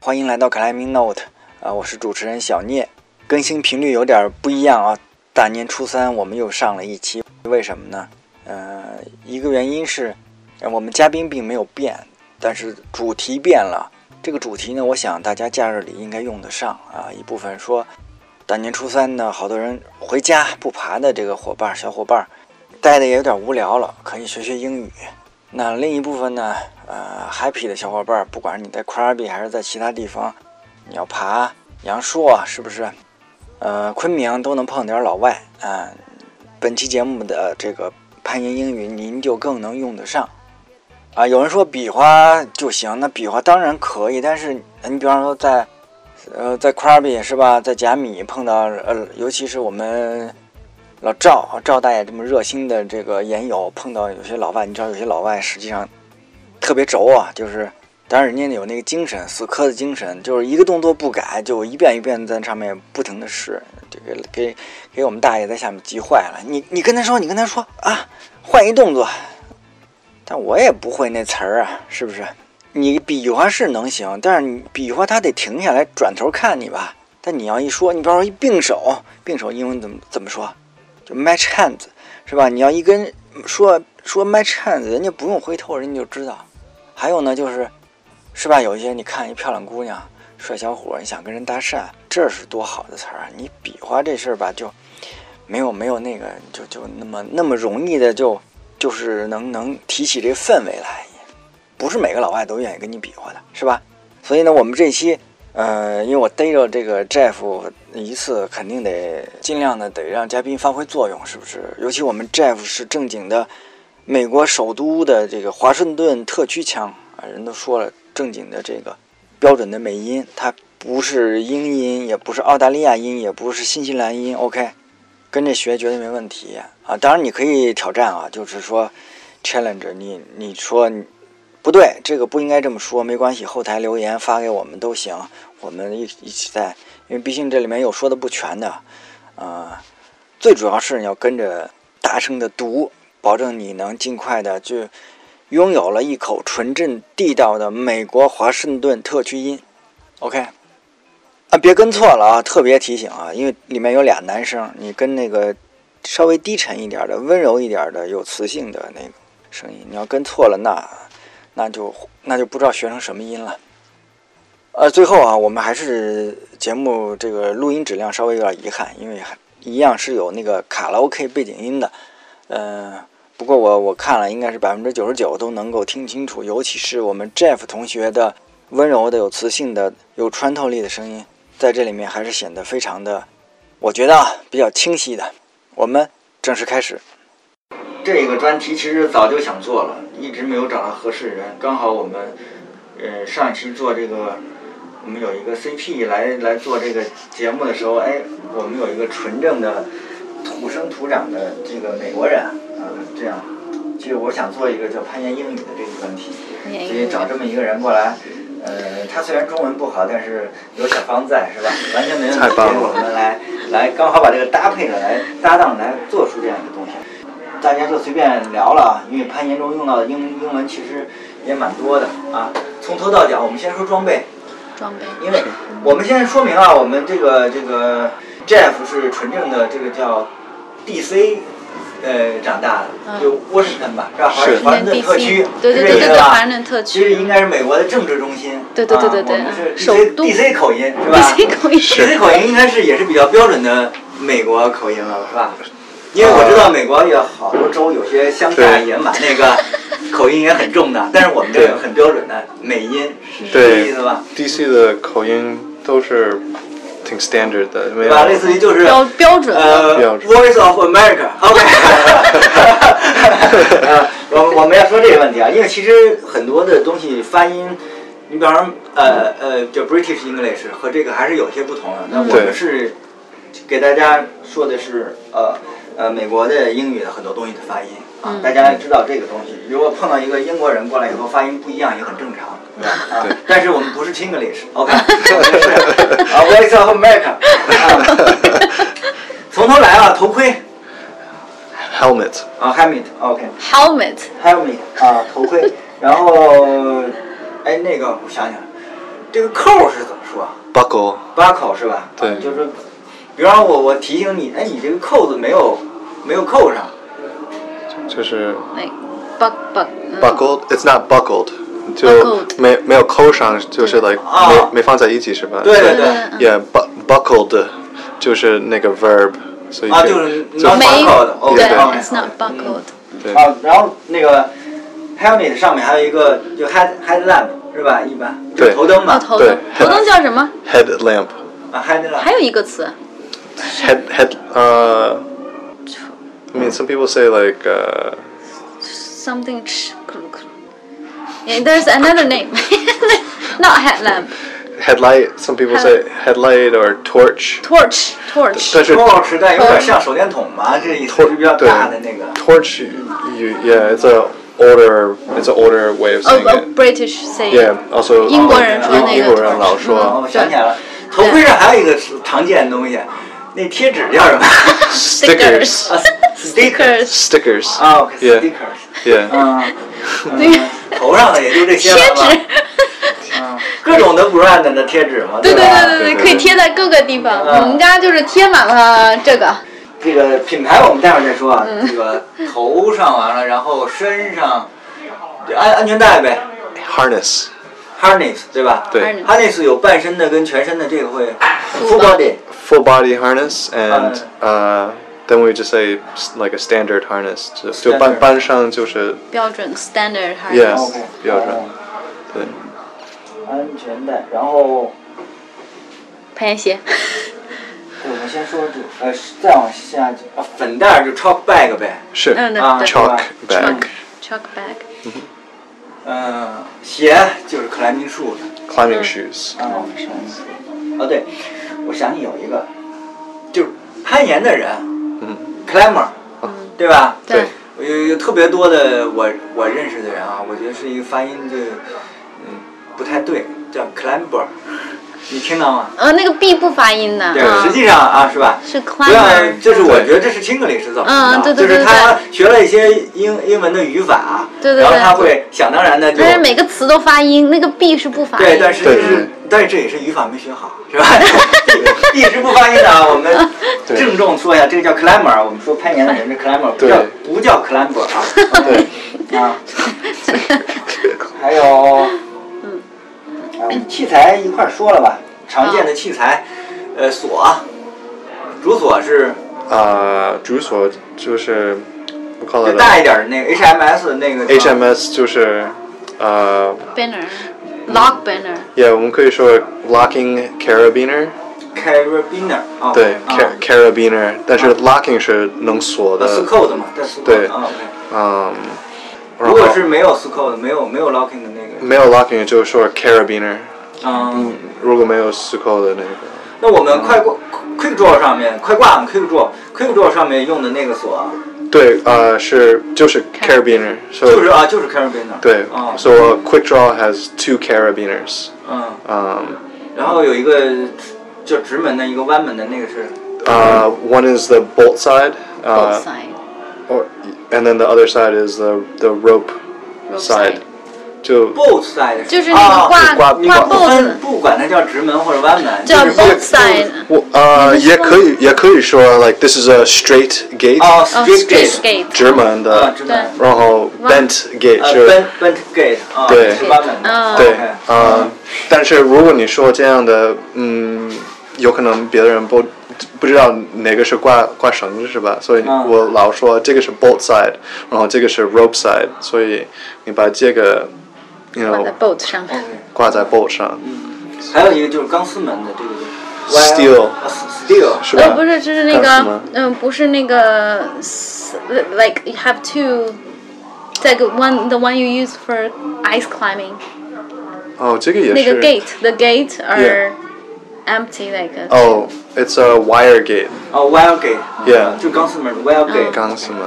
欢迎来到 Climbing Note，啊、呃，我是主持人小聂。更新频率有点不一样啊，大年初三我们又上了一期，为什么呢？呃，一个原因是、呃、我们嘉宾并没有变，但是主题变了。这个主题呢，我想大家假日里应该用得上啊。一部分说，大年初三呢，好多人回家不爬的这个伙伴小伙伴，待的也有点无聊了，可以学学英语。那另一部分呢，呃，happy 的小伙伴，不管是你在 Krabi 还是在其他地方，你要爬阳朔是不是？呃，昆明都能碰点老外啊、呃。本期节目的这个攀岩英语，您就更能用得上啊。有人说比划就行，那比划当然可以，但是你比方说在呃在 Krabi 是吧，在甲米碰到呃，尤其是我们。老赵，赵大爷这么热心的这个研友，碰到有些老外，你知道有些老外实际上特别轴啊，就是当然人家有那个精神，死磕的精神，就是一个动作不改，就一遍一遍在上面不停的试，这个给给我们大爷在下面急坏了。你你跟他说，你跟他说啊，换一动作，但我也不会那词儿啊，是不是？你比划是能行，但是你比划他得停下来转头看你吧。但你要一说，你比方说一并手，并手英文怎么怎么说？就 match hands 是吧？你要一跟说说 match hands，人家不用回头，人家就知道。还有呢，就是是吧？有一些你看一漂亮姑娘、帅小伙，你想跟人搭讪，这是多好的词儿啊！你比划这事儿吧，就没有没有那个，就就那么那么容易的就就是能能提起这氛围来，不是每个老外都愿意跟你比划的，是吧？所以呢，我们这期。呃，因为我逮着这个 Jeff 一次，肯定得尽量的得让嘉宾发挥作用，是不是？尤其我们 Jeff 是正经的美国首都的这个华盛顿特区腔啊，人都说了，正经的这个标准的美音，它不是英音，也不是澳大利亚音，也不是新西兰音。OK，跟着学绝对没问题啊！当然你可以挑战啊，就是说 challenge 你，你说你。不对，这个不应该这么说，没关系，后台留言发给我们都行，我们一一起在，因为毕竟这里面有说的不全的，呃，最主要是你要跟着大声的读，保证你能尽快的就拥有了一口纯正地道的美国华盛顿特区音，OK，啊，别跟错了啊，特别提醒啊，因为里面有俩男生，你跟那个稍微低沉一点的、温柔一点的、有磁性的那个声音，你要跟错了那。那就那就不知道学成什么音了。呃，最后啊，我们还是节目这个录音质量稍微有点遗憾，因为一样是有那个卡拉 OK 背景音的。呃，不过我我看了，应该是百分之九十九都能够听清楚，尤其是我们 Jeff 同学的温柔的、有磁性的、有穿透力的声音，在这里面还是显得非常的，我觉得啊比较清晰的。我们正式开始。这个专题其实早就想做了，一直没有找到合适人。刚好我们，呃，上一期做这个，我们有一个 CP 来来做这个节目的时候，哎，我们有一个纯正的土生土长的这个美国人啊，这样，就我想做一个叫攀岩英语的这个专题，所以找这么一个人过来，呃，他虽然中文不好，但是有小芳在是吧？完全没问题，我们来来刚好把这个搭配着来搭档来做出这样一个东西。大家就随便聊了啊，因为攀岩中用到的英英文其实也蛮多的啊。从头到脚，我们先说装备，装备，因为我们先说明啊，我们这个这个 Jeff 是纯正的这个叫 DC 呃长大的，嗯就波士顿吧，是吧？华盛华盛顿特区，对对对对对，华盛顿特其实区，应该是美国的政治中心，对对对对对啊我们首是 DC 都 DC 口音是吧 DC 口音 是？DC 口音应该是也是比较标准的美国口音了，是吧？因为我知道美国有好多州，有些乡下对也蛮那个口音也很重的，但是我们这个很标准的美音，是这意对思吧？ ，DC 的口音都是挺 standard 的，没对有吧？类似于就是标标准的，呃标准，Voice of America，OK，、呃我我们要说这个问题啊，因为其实很多的东西发音，你比方说呃呃，就 British English 和这个还是有些不同的。那我们对是给大家说的是呃呃美国的英语的很多东西的发音啊，嗯大家知道这个东西。如果碰到一个英国人过来以后发音不一样也很正常，对吧？啊对，但是我们不是 Chinglish，OK，、我 们是啊 Voice of America 啊。 从头来啊，头盔 helmet 啊，helmet OK helmet helmet 啊，头盔，然后哎那个我想想，这个扣是怎么说？啊 buckle，八口是吧？对啊就是，比方说我我提醒你，哎，你这个扣子没有没有扣上，就是那 bug bug buckled，it's not buckled，就 Buckled 没没有扣上，就是 like 啊没没放在一起是吧？对对对对， Yeah，bu buckled 就是那个 verb，所以啊，可以就是就 not 没 buckled，对 OK，OK， ，it's not buckled，对啊，然后那个 helmet 上面还有一个就 head head lamp 是吧？一般就是对头灯嘛，哦，头对灯，头灯叫什么？ headlamp，head 啊 head lamp，还有一个词 head 呃、i mean some people say like、uh, ，something。There's another name, not headlamp, headlight some people say headlight or torch， torch, torch. 但是扣时代有点像手电筒嘛，这也是比较对大的那个。 torch you yeah it's a older it's an older way of saying of it of British saying. yeah also uh, 英国人说英那个英国人老 torch 哦，说我想起来了，头盔上还有一个常见的东西，那贴纸叫什么 stickers 啊？stickers stickers 啊，OK， yeah ，stickers。 yeah 嗯，嗯头上的也就这些贴了吧。纸，嗯，各种的 brand 的贴纸嘛，对对吧？对对对，对对可以贴在各个地方。嗯我们家就是贴满了这个，这个品牌我们待会儿再说啊。这个头上完了，然后身上，就安安全带呗 harness ，harness 对吧？对 harness ，harness 有半身的跟全身的，这个会 full body。 full body harness and uh then we just say s- like a standard harness 就就班 Standard 班上就是标准 standard Yeah harness。标准对哦安全带，然后攀岩鞋，我们先说这个，呃，再往下就啊，粉袋儿就 chalk bag 呗，是嗯对啊对，chalk chalk bag chalk bag。嗯，鞋就是克莱明树的， climbing shoes 啊，我上一次，嗯哦对，我想起有一个，就是攀岩的人 嗯，climber，对吧？对对有有特别多的我我认识的人啊，我觉得是一个发音就嗯不太对，叫 climber，你听到吗？呃，那个 b 不发音的，对，啊实际上啊，是吧？是不要， climber。这是我觉得这是 English 怎么嗯对啊就对是对他学了一些英英文的语法，啊对对然后对他会想当然的就但是每个词都发音，那个 b 是不发音。对，但是对这是但是这也是语法没学好，是吧？ 一直不发音的啊，我们对郑重说一下，这个叫 climber，我们说攀岩的人是 climber，不叫对不叫 climber 啊。对啊，还有，嗯，啊，器材一块儿说了吧，常见的器材，呃，锁，主锁是啊主所就是我 call 就 it uh, 大 a- 一点儿的那个 HMS 那个地方 HMS 就是呃 banner lock banner。 Yeah，我们可以说 locking carabiner， carabiner 啊，对、啊 car carabiner，但是 locking 是能锁的，呃，丝扣子嘛，带丝扣对子啊，OK。嗯，如果是没有丝扣的，没有没有 locking 的那个，没有 locking 就是说 carabiner，嗯，如果没有死扣的那个，那我们快挂 quick draw 上面快挂 quick draw quick draw 上面用的那个锁，啊对，呃，是就是 carabiner，所以就是啊，就是 carabiner。对啊， ，so a quick draw has two carabiners，嗯。嗯。然后有一个就直门的一个弯门的那个是 Uh, one is the bolt side, uh, 啊 Both side. or, and then the other side is the the rope, Rope side. side，就 bolt side，就是那个挂啊挂你挂不 bolt 分的，不管它叫直门或者弯门，叫就是哦 both side。我呃，也可以，也可以说，like uh, this is a straight gate，哦哦 straight ，street gate， gate。直门啊的，直门，然后 bent gate 呃是 Uh, bent Oh, bent gate 啊对是弯门嗯的，对 OK，呃，但是如果你说这样的，嗯，有可能别的人不不知道哪个是挂挂绳子是吧？所以嗯我老说这个是 bolt side，然后这个是 rope side，所以你把这个，you 挂 know，在 boat 上。 OK 挂在 bolt 上，还有一个就是钢丝门的这个就是啊 Steel steel 是呃，吧？不是，就是那干什个么，嗯，不是那个，s-，like you have to，like one the one you use for ice climbing，哦，这个也那个是。 gate the gate are Yeah Oh。 empty like a 哦，it's a wire gate，啊 wire gate， Yeah 就是钢丝门 wire 嗯 gate，钢丝门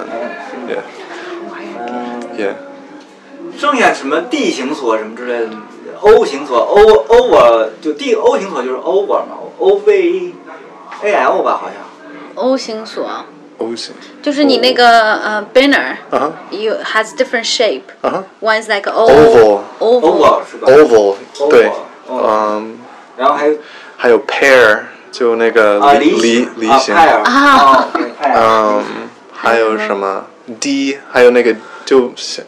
，yeah。嗯， Yeah. 剩下什么 D 型锁什么之类的，O 型锁 O over 就 D O 型锁就是 over 嘛，O V A L 吧好像。 O 型锁， O 型。就是你那个 Oh。呃 banner，啊哈 you has different shape，啊哈 one is like a Oval oval oval 是吧 Oval，对 Oval，嗯，然后还有还有 pear，就那个啊梨梨形梨啊形，派尔啊哦对派尔嗯，还有什么 Um, D，还有那个就写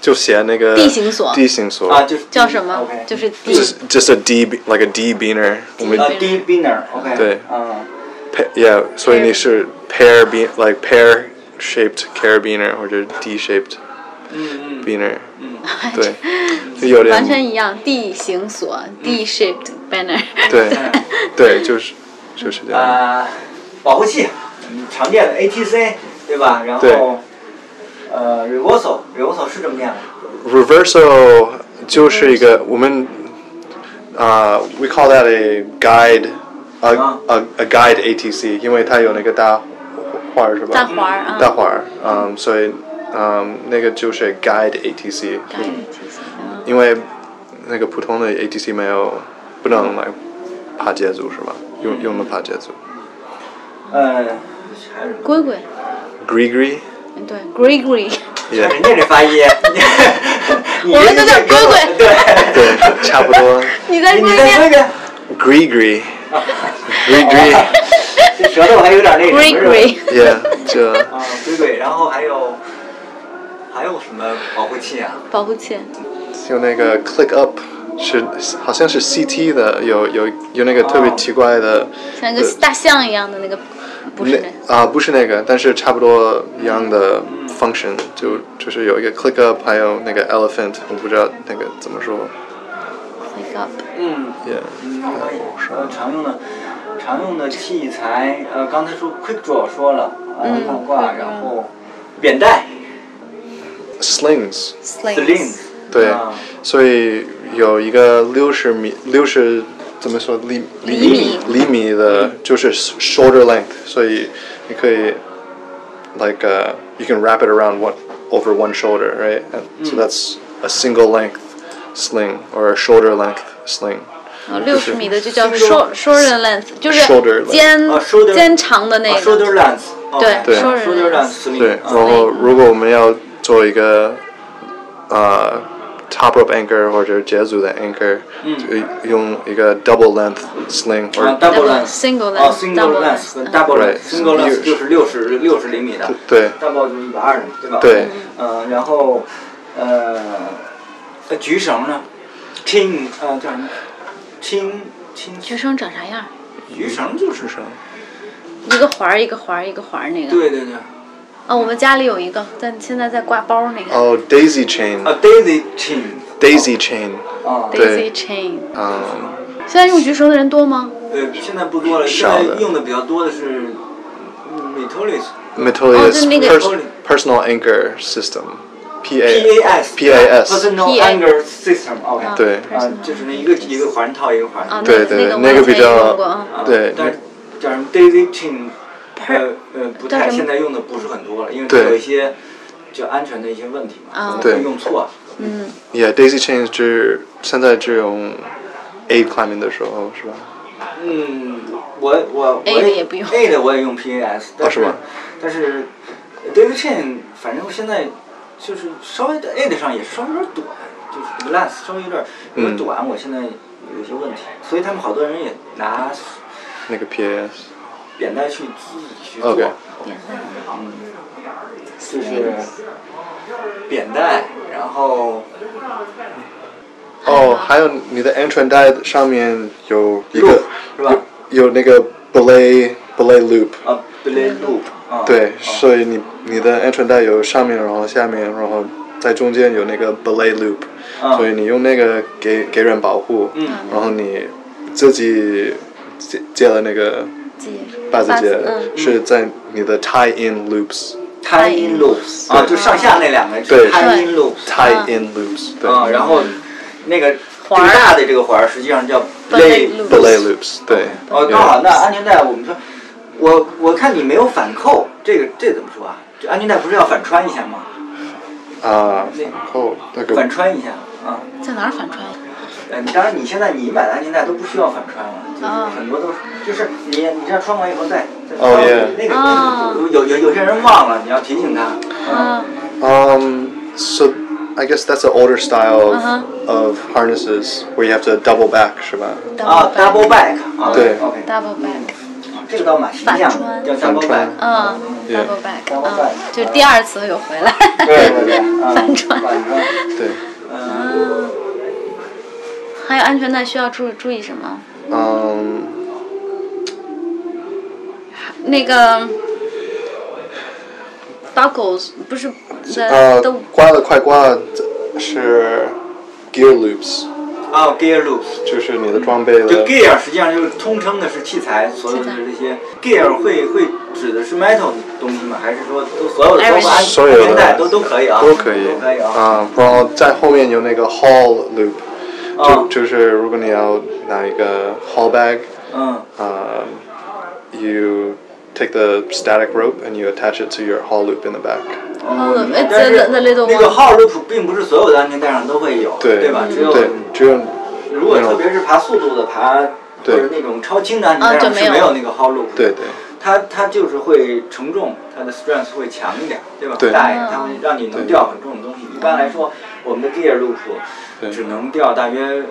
就写那个地形锁地形锁啊就是叫什么 OK 就是 D， ，just just a D like a D beaner，我们啊 D Binner OK 对嗯 pa- yeah，所以你是 pear be like pear shaped carabiner 或者 D shaped 嗯 Mm-hmm. 嗯 beaner，嗯对， 就有点完全一样，地形锁 D-shaped banner。 对对，就是就是这 Uh, 样。啊保护器嗯常见的 ATC 对吧？然对后呃 reversal reversal 是这么念吗？ Reversal 就是一个我们啊、w e call that a guide a 啊 Uh-huh. a a guide ATC，因为它有那个大花儿是吧？大花儿啊大花儿，嗯，所以嗯，um, 那个就是 guide ATC，因为那个普通的 ATC 没有不能来爬节组是吧？用用的爬节组呃还是龟龟， ，Grigri，对，Gregory，也、人家这发 音，你我们都叫你这个龟龟对对，差不多你再你说一再说一遍遍。 ，Grigri，Grigri。这舌头还有点那什么是吧，Gregory， Yeah，这啊，鬼鬼，然后还有还有什么保护器啊？保护器，就那个 Click Up 是好像是 CT 的，有有有那个特别奇怪的，像一个大象一样的那个，不是那。那啊、不是那个，但是差不多一样的 function，就就是有一个 Click Up，还有那个 Elephant，我不知道那个怎么说 Wake up，嗯， ，Yeah，可以。呃，常用的常用的器材，呃，刚才说 Quick Draw 说了，啊，放嗯挂，然后扁带 slings， ，sling， slings，对啊，所以有一个六十米六十怎么说厘厘米厘米的，就是 shoulder length，所以你可以 like、uh, you can wrap it around one over one shoulder, right? And Mm. so that's a single length sling or a shoulder length sling. 哦六十米的就叫就是 short shoulder length，就是 shoulder length 肩啊，shoulder 肩长的那啊个。 ，shoulder lance，对对 shoulder shoulder lance sling，对，哦啊然后如果我们要做一个呃 top rope anchor 或者节组的 anchor，、就用一个 double length sling 或者啊，double double- lance， single 啊 length， ，single double lance 和 length，嗯 double Right， lance，single lance 60就是六十六十厘米的，对，double 就是一百二十米，对吧？对嗯，然后呃，呃橘绳呢，chin 呃叫什么？chin chin 学生长啥样？橘绳就是绳一个环儿一个环儿一个环儿那个。对对对，啊，我们家里有一个，但现在在挂包那个。哦、d a i s y Oh, chain，啊，daisy chin Daisy Chain，Um, 啊， Daisy chain。嗯，现在用橘绳的人多吗？啊对，现在不多了，现少在的用的比较多的是嗯 metalis Metolius 哦就那个 pers- Personal Anchor System，P A PAS P A S， personal PA anger system OK 啊对啊，就是那一个一个环套一个环啊，对那对个那个我比以前也用过较啊。啊对但是叫什么 Daisy Chain，呃呃，不叫太什么现在用的不是很多了，因为它对有一些就安全的一些问题嘛，啊可能会对用错。嗯， ，Yeah，Daisy Chain 只现在只用 A climbing 的时候是吧？嗯，我我我 A 的也不用 A 的我也用 PAS，但哦是吗但是 Daisy Chain 反正现在就是稍微的 A 的上也稍微有点短，就是 less 稍微有点有点嗯短，我现在有些问题，所以他们好多人也拿那个 P A S，扁担去自己去做。嗯 OK 就是扁担，然后哦，还有你的安全带上面有一个 loop 是吧？有有那个 belay belay loop，啊，belay loop 啊，对，啊所以你你的安全带有上面，然后下面，然后在中间有那个 belay loop，、嗯所以你用那个给给人保护，嗯然后你自己接接了那个记八字结，嗯，是在你的 tie in loops、 tie in loops 啊，就上下那两个对 tie in loops tie in loops，对、啊，然后那个最环儿啊大的这个环儿实际上叫 belay Belay loop belay loops，对，哦，那好，那安全带我们说，我我看你没有反扣，这个这怎么说啊？这安全带不是要反穿一下吗？啊，然后那个反穿一下啊。在哪儿反穿？嗯，当然，你现在你买的安全带都不需要反穿了，哦就是很多都是，就是你你这样穿完以后再再穿哦耶那个哦有有有有些人忘了，你要提醒他。啊， Um, so I guess that's an older style Uh-huh. of harnesses where you have to double back, 是吧？啊，double back 啊，对 OK， double back，这个倒蛮形象的，反穿叫 double 反 back 穿。嗯 Yeah ，double back， Double 嗯 back，就是第二次又回来，对对 对，嗯啊反穿反穿。对，嗯，还有安全带需要注注意什么？嗯，那个 buckles 不是 the 呃 the，挂了快挂了是 gear loops，哦，gear loops，就是你的装备就的。 gear 实际上就是通称的是器材，所有的这些 gear 会会指的是 metal 的东西吗？还是说都所有的哎包括安所有的安全带都都可以啊？都可以都可以啊。啊、然后在后面有那个 haul loop，就、啊就是如果你要拿一个 haul bag，嗯 um, you take the static rope and you attach it to your haul loop in the back. 哦，it's 嗯但是 the- the little 那个 one 号 loop 并不是所有的安全带上都会有，对吧？只有对，只有如果那种特别是爬速度的爬或对者那种超轻的安全带啊就上没是有没有那个 hollow loop 的对对它它就是会承重，它的 strength 会强一点，对吧？对大一点，嗯它会让你能吊很重的东西。一般来说，我们的 gear loop 对只能吊大约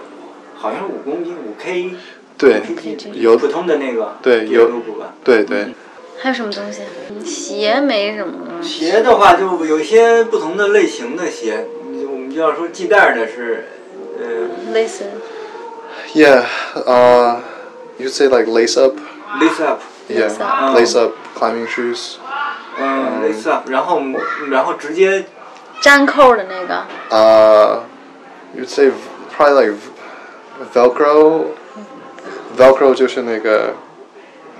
好像是五公斤，五 k 对 kg 有普通的那个对 gear 有 loop 吧。对对还有什么东西？啊鞋没什么了。鞋的话，就有一些不同的类型的鞋，我们就要说系带儿的是，呃 Listen， ，yeah，uh, you'd say like lace up, ，lace up， yeah, Lace up. lace up climbing shoes, 嗯，lace up，然后然后直接粘扣的那个 uh, you'd say v- probably like v- velcro, velcro 就是那个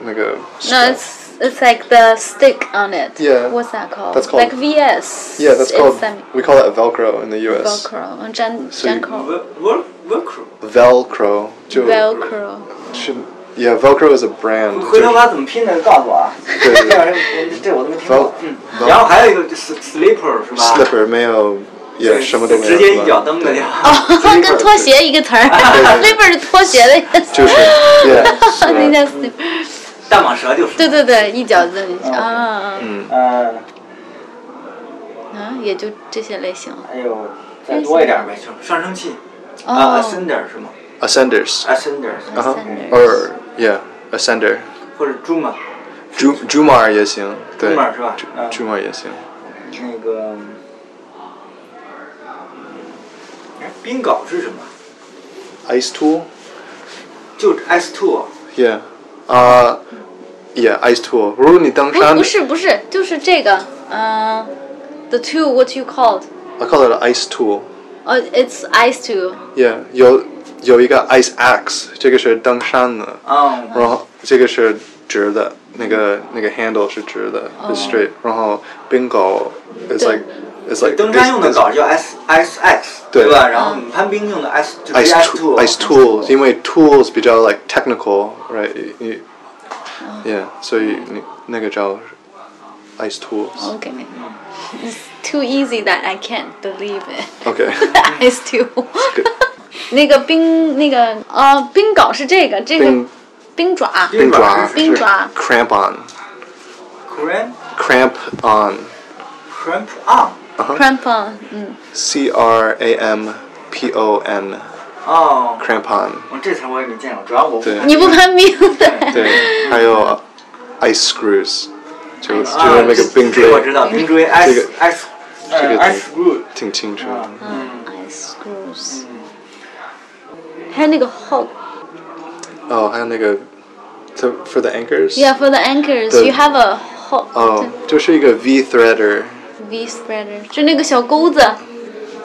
那个，No, strap. it's it's like the stick on it. Yeah. What's that called? That's called- like VS. yeah, that's called It's semi- we call that velcro in the U.S. Velcro. 嗯粘 So you- 粘扣 work work work。 Velcro 就 Velcro. 是 yeah Velcro is a brand 回头把怎么拼的告诉我啊。对对这样我这我都没听过走。嗯，走然后还有一个就是 slipper 是吧 slipper 没有也什么都没有直接一脚蹬的对呀。 哦，跟拖鞋一个词儿啊对，slipper 是拖鞋的意思。就是 那叫 yeah slipper。 大蟒蛇就是。 对对对，一脚蹬进去啊啊嗯呃，啊，也就这些类型了。还有再多一点呗，上上升器啊哦，ascender 是吗 ascenders ？ascender uh huh Ascenders or yeah ascender 或者 juma Ju Jumar 也行对 Jumar 是吧嗯 Jumar 也行那个。哎冰镐是什么？ ice tool 就是 S two yeah 啊 yeah ice tool 如果你登不山不是不是，就是这个，嗯，the two what you called， I call it an ice tool 哦，it's ice two。 yeah 有有一个 ice axe 这个是登山的啊，然后这个是直的，那个那个 handle 是直的、是 straight。然后冰镐 is 对 like is like 登山用的 is- 镐叫 S S X 对吧？然后攀冰用的 S 就是 is S ice two tool ice tool，因为 tools 比较 like technical right 你、yeah，所以你那个叫 ice tools。 Okay. It's too easy that I can't believe it. OK， Ice too. 那个冰那个呃冰镐是这个这个冰冰爪冰爪爪冰爪 cramp on cramp cramp on cramp on crampon，嗯， c r a m p o n 哦， cramp on 我这词我也没见过，主要我不对看你不攀冰的，对，还有 ice screws 啊就就是那个冰这我锥嗯知。道，冰锥呃 S 这 S 这个 S root 挺清楚的。嗯，ice screws，还有那个 hook。哦，还有那个，to for the anchors。Oh, Yeah, for the anchors, 对 you have a hook. 哦，就是一个 V threader， V spreader，就那个小钩子，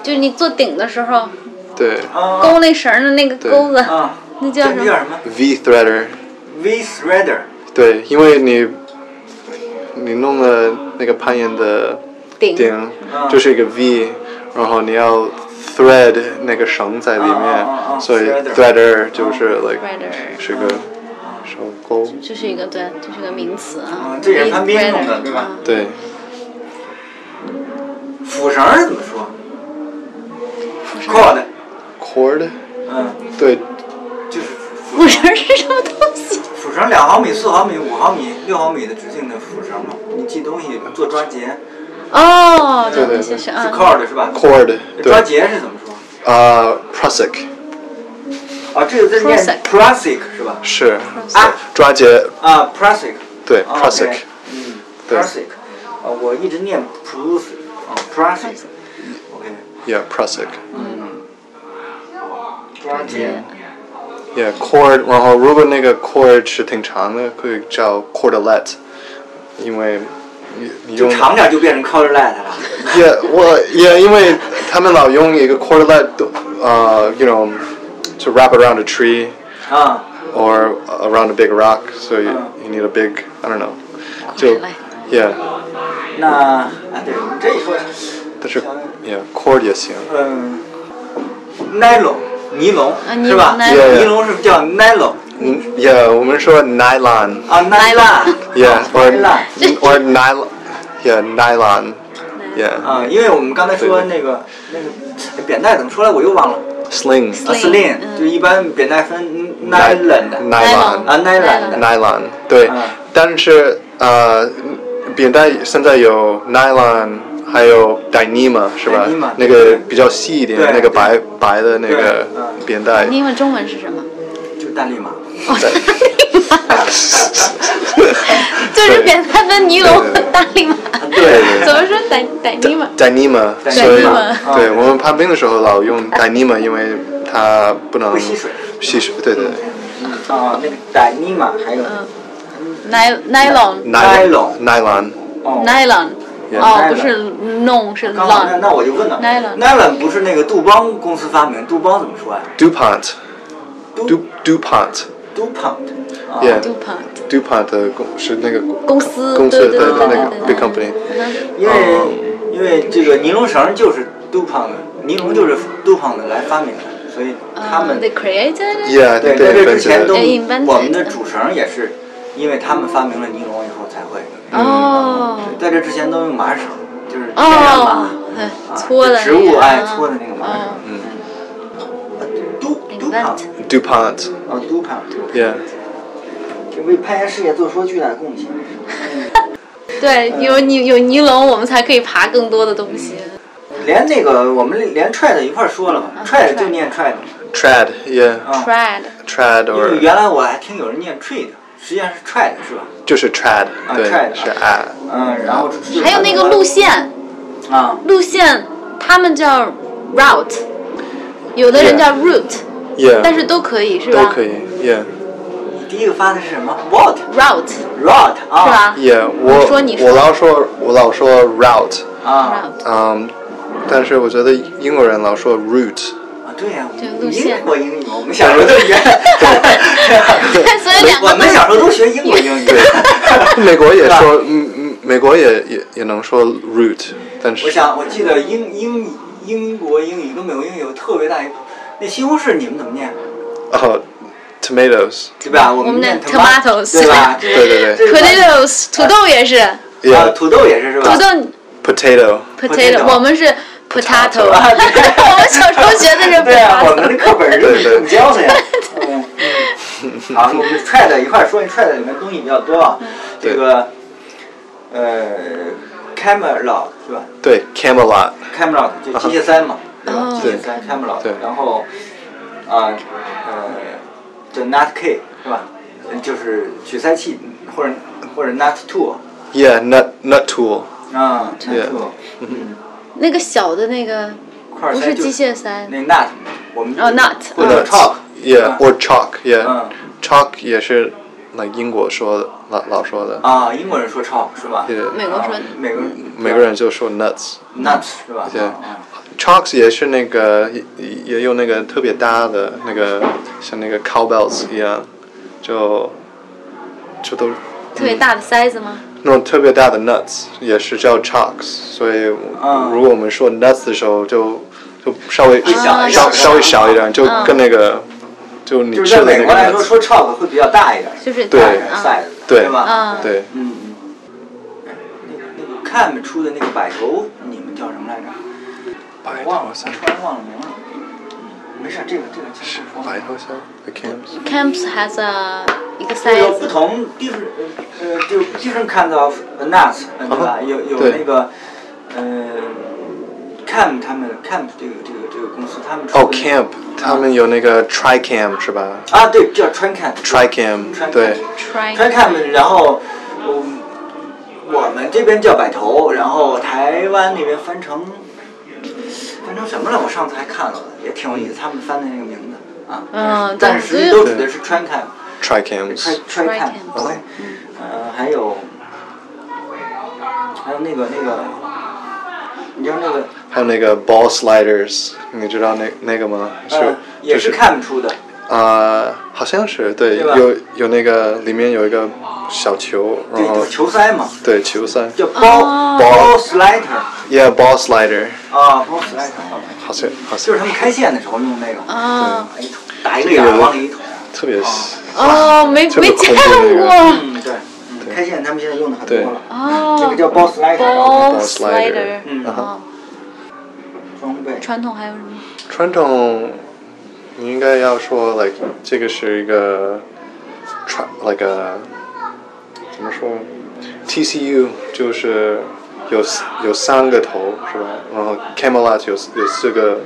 就是你做顶的时候对啊勾那绳儿的那个钩子，啊，那叫什这叫什么？么，V threader， ？V threader 对，因为你你弄了那个攀岩的顶顶，就是一个 V，然后你要 thread 那个绳在里啊啊啊面，所以 threader 啊 threader 就是 like spreader 是个手钩，就是一个对，就是个名词啊嗯。这也是 V 攀冰用的 spreader，对吧啊对，辅绳儿怎么说？cord， cord，嗯，对，就是辅不绳是什么东西？辅绳两毫米、四毫米、五毫米、六毫米的直径的辅绳嘛，你系东西做抓结，哦，对对对谢谢是啊是 cord 是吧？ Cord 抓对，结是怎么说？啊 p r u s i k 啊，这个字念 Prusik p r a s i c 是吧？是啊抓节，啊 p r a s i c 对 p 啊 r u s i OK， k 嗯 p r 对 a s i c 啊，我一直念 prusik，啊 p r a s i c o k yeah p r u s i k 嗯，抓结嗯 yeah chord，然后如果那个 chord 是挺长的，可以叫 chordlet，因为你你就用长点就变成 cordlet 了。也我也因为他们老用一个 chordlet，呃、y o u know to wrap around a tree 啊 or around a big rock, so you, 嗯 you need a big I don't know，就 Chordlet yeah，那啊，对你这一说，但是 yeah chord 也行。嗯，nylon 尼龙啊尼是龙吧？ nylon 尼龙是不是叫 nylon 嗯，yeah，我们说 nylon。啊 Nylon Yeah, Oh, or Nylon or nylon. Yeah, nylon. Yeah, 啊，因为我们刚才说对那个那个哎扁带怎么说来，我又忘了。 sling. a Sling， s l i n 嗯就一般扁带分 nylon 的 Nylon. 啊 nylon 的 Nylon. 嗯。对，但是呃，扁带现在有 nylon，还有 Dyneema 是吧 Dyneema，对。对，嗯。 英文中文是什么？就是单粒码。就是扁担分尼龙和对大力马，对对怎么说逮逮尼马？Dyneema。嗯那个比较细一点，那个白白的那个扁带，对，Dyneema，所以对我们攀冰的时候老用 Dyneema，因为它不能不吸水。吸水，对对对，nylon 啊，那个单粒码还有嗯，ni nylon Nylon。 nylon。哦。 nylon， Yeah 哦， Nylon 不是弄是刚好那 lon，那我就问了 Nylon ，nylon 不是那个杜邦公司发明，杜邦怎么说呀 DuPont, ？du Du DuPont, DuPont。啊 yeah, DuPont DuPont 的公是那个公司公司对对对对那个对 big 对 company 嗯因为因为这个尼龙绳就是杜胖的，尼龙就是杜胖的来发明的，所以他嗯们，they created it？ Yeah, I 对在 think they 这之 invented 前 it. 都 They invented 我们的主绳也是，因为他们发明了尼龙以后才会，哦在这之前都用麻绳，就是嗯天然麻哦，，对搓的啊植物爱哎爱搓的那个麻嗯绳，哦嗯杜杜胖 Invent DuPont, 啊杜胖， yeah, 这为攀岩事业做出巨大贡 献。对，有尼有尼龙，我们才可以爬更多的东西。连那个我们连 trad 一块儿说了嘛，trad 嗯就念 trad， trad, yeah, 啊 Trad， trad 因为 or 原来我还听有人念 trade，实际上是 trad 是吧？就是 trad，啊对 trad，是 a，嗯，然后就是还有那个路线，啊，路线他们叫 route，有的人 Yeah 叫 route，但 yeah，是都可以是吧？都可以，yeah 你第一个发的是什么？What Route rot 是啊？吧 yeah，我说你说我老说我老说 route，啊？Route 嗯，但是我觉得英国人老 说 route，啊，对呀，对你路线英国英语，我们小时候都 学，所以两个我都们是小时候都学英国 英语。美国也说，嗯嗯，美国也也也能说 route，但我是想，我记得英英英国英语跟美国英语有特别大一，那西红柿你们怎么念？哦，tomatoes，对吧？我我们念念 tomat- tomatoes 对吧？ 对对对这个 potatoes 土豆也是，啊， ，yeah，土豆也是是吧？土豆 potato。 Potato potato，我们是 potato，啊对我们小时候学的是 对啊，我 potato。们的课本是对对你教的 呀。嗯嗯好，我们 trad 一块儿说，因为 trad 里面东西比较多啊。这个呃，Camelot 是吧对，Camelot， ？Camelot 就机械三嘛，对吧？哦机械三 Camelot，对然后啊呃，这 Nut K 是吧？就是取塞器或者或者 Nut Tool。 yeah nut nut tool，啊，Nut Yeah Tool，嗯那个小的那个嗯块儿不塞是就机械塞，那 Nut，我们哦 nut，或者 Nuts Chalk， yeah 嗯 or chalk yeah 嗯 chalk 也是那英国说的老老说的，啊，英国人说 Chalk 是吧？对美国说啊美国人美国人就说 nuts nuts 是吧？对啊 chalks 也是那个也也有那个特别大的那个像那个 cowbells 一样，就就都特别大的塞子吗？那种特别大的 nuts 也是叫 chalks，所以嗯如果我们说 nuts 的时候就就稍微小一点稍稍微小一点，就嗯跟那个就你就是在吃的那美个国来说， nuts，说 chalk 会比较大一点，就是对大一点啊 size，对吧？嗯对。嗯嗯。哎那个那个 Cam 出的那个百头，你们叫什么来着？白我忘头了，山，突然忘了名了。嗯没事，这个这个其实不白重要头山，the camps。 Camps has a 一个这 size，有不同 different 呃，就 different kinds of nuts，呃对吧？有有对那个呃，Camp 他们 Camp 这个这个这个公司他们出哦、的 c a m p 他们有那个 Tricam 是吧啊对叫 Tran Camp ？Tricam， Tran 对 Camp Try. 川看们，然后嗯，我们这边叫摆头，然后台湾那边翻成翻成什么了？我上次还看了，也挺有意思，他们翻的那个名字啊。嗯但是总之都指的是川看，呃川，Tricams，川看哦 Tricams ，OK，呃，还有还有那个那个，你知道那个还有那个 Ball Sliders，你知道那那个吗？是、呃，也就是看出的，啊，好像是对，对吧有有那个里面有一个小球，对，然后就是球塞嘛，对球赛叫 ball ball slider ，Yeah，ball slider，啊，ball slider，好像好像就是他们开线的时候用那个。啊，哎打一个眼儿往里一捅。特别哦，没这个没恐见怖那个过。嗯，对，嗯开线他们现在用的很多了，哦这个叫 boss light， ball slider slider，嗯哦，装备。传统还有什么？传统，你应该要说 like 这个是一个传 like a 怎么说？TCU 就是有有三个头是吧？然后 Camelot 有有四个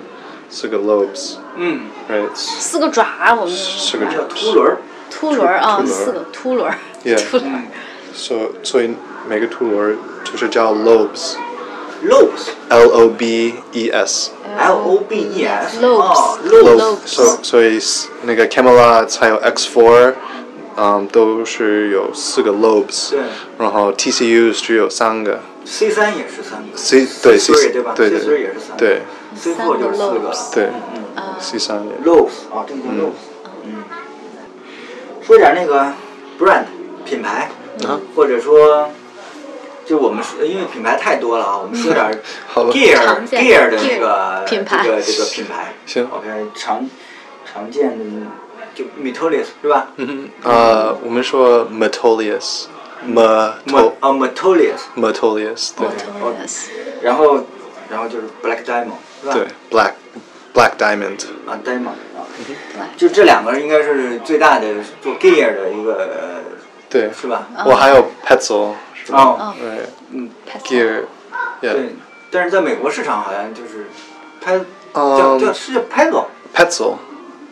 四个 lobes，right？嗯，四个爪，我们四个这叫凸轮儿。秃轮儿秃啊，轮儿四个秃轮儿， Yeah 秃轮儿嗯所所以每个图轮就是叫 lobes，L ，lobes，l O B E S。 o b e s， Lobes 哦 Lobes ，lobes， Lobes 所所以那个 Camelot 还有 X Four，嗯，都是有四个 lobes，对然后 TCU 只有三个 c 三也是三个 C 对 C C3 对吧对？C3 也是三个对，c 4就是四个了。对嗯嗯，C 三也，lobes 啊，这个叫 lobes。嗯，说点那个 brand 品牌，啊或者说。就我们说，因为品牌太多了啊，我们说点儿 好吧 gear 常见 gear 的那个 gear 品牌这个这个品牌。 行 OK，常常见的就 Metolius 是吧？嗯呃，我们说 Metolius。 Met Meto 啊 Metolius， Metolius 对 Autonomous 然后然后就是 Black Diamond 是吧？对 Black Black Diamond 啊 Diamond 啊，嗯就这两个应该是最大的做 gear 的一个对是吧？嗯我还有 Petzl 是吧哦？对嗯， Gear 对 yeah，但是在美国市场好像就是拍叫嗯叫是叫 Pedal Petzl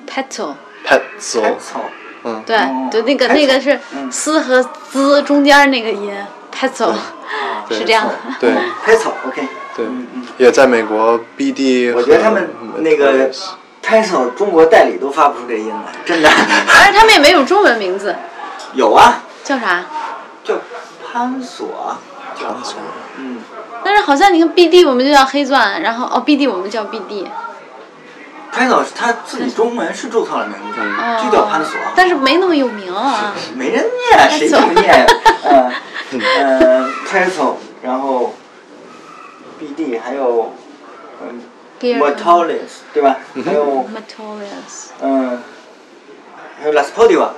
petal， Petzl Petzl 嗯对哦对，那个 petal，那个是嗯丝和滋中间那个音，petal 啊是这样的。对 Petzl OK 对嗯嗯，也在美国 BD 我觉得他们和那个 Metolius Petzl 中国代理都发不出这音来，真 的但是他们也没有中文名字，有啊，叫啥？叫潘索，探索嗯。但是好像你看 BD 我们就叫黑钻，然后哦 BD 我们叫 BD，潘索他自己中文是注册了名字，哦就叫潘索，但是没那么有名啊。没人念，谁这么念？嗯嗯，Petzl，然后 BD 还有嗯 Gear Metalis 对吧？嗯还有 Metolius，嗯，还有 Las p o d i v a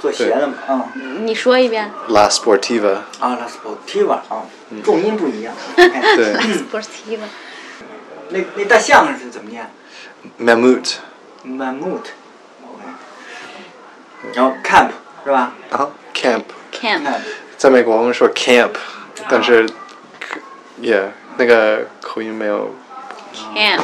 做鞋的嘛，嗯你说一遍。 La Sportiva 啊，Las p o d i v a 啊，嗯重音不一 样。哎对 Sportiva，那那大象是怎么念 Mammut ？Mammut。OK 然后 Camp 是吧啊 Camp Camp， ？Camp 在美国我们说 Camp，但是 yeah 那个口音没有 Camp，没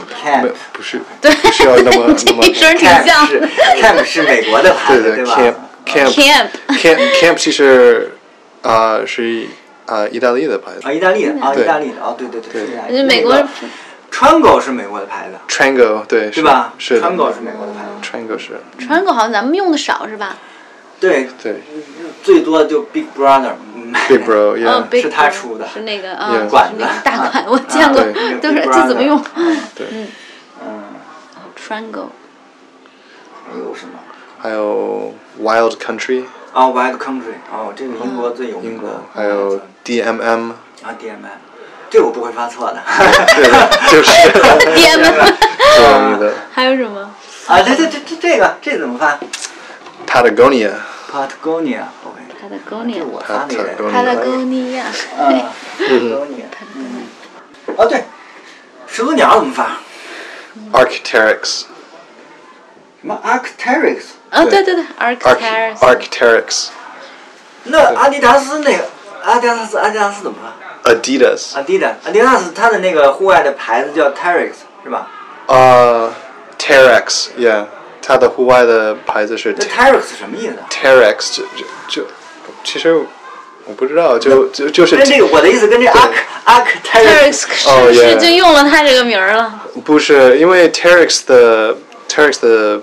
Camp 不是不需要那么那么一声挺 Camp 像是 Camp 是美国的牌对子对吧 Camp Camp Camp。 Camp Camp 其实啊是啊意大利的牌子啊，意大利的啊，对意大利的啊，对对对，对是意大利就的。是美国那个 Trango 是美国的牌子， Triangle 对对吧是的？Trango 是美国的牌子， Triangle 是川口好像咱们用的少是吧？对，对最多就 Big Brother，嗯 Big Bro 哦 yeah ，Big 是他 Brother，出的是那个啊， Yeah 是管子那个大啊管，我见过对那，个 都是 Big 这怎么用 Brother，嗯对嗯， ？Triangle，还有什么？还有 Wild Country 啊，Wild Country，哦，这个英国最有英名的国，还有 DMM 啊 DMI，这我不会发错的 啊对的，就是 这爹们，样的还有什么？啊，这这这这这个这怎么发 Patagonia ？Patagonia，OK，这 Patagonia，我发那个 Patagonia，Patagonia 嗯啊，Patagonia，嗯， 哦对，始祖鸟怎么发？ Arcteryx 什么 Arcteryx？啊，对对对对 a r c t e r Arcteryx 那阿迪达斯那个阿迪达斯阿迪达斯怎么了？ Adidas. Adidas，Adidas 它的那个户外的牌子叫 Terex 是吧？ Uh, Terex, yeah. 它的户外的牌子是这 Terex 什么意思啊？ Terex，就就就其实我不知道，就就就是跟这个我的意思跟这 Arc Arc Terex Terex 哦是是，yeah 就用了他这个名儿了，不是因为 Terex 的 Terex 的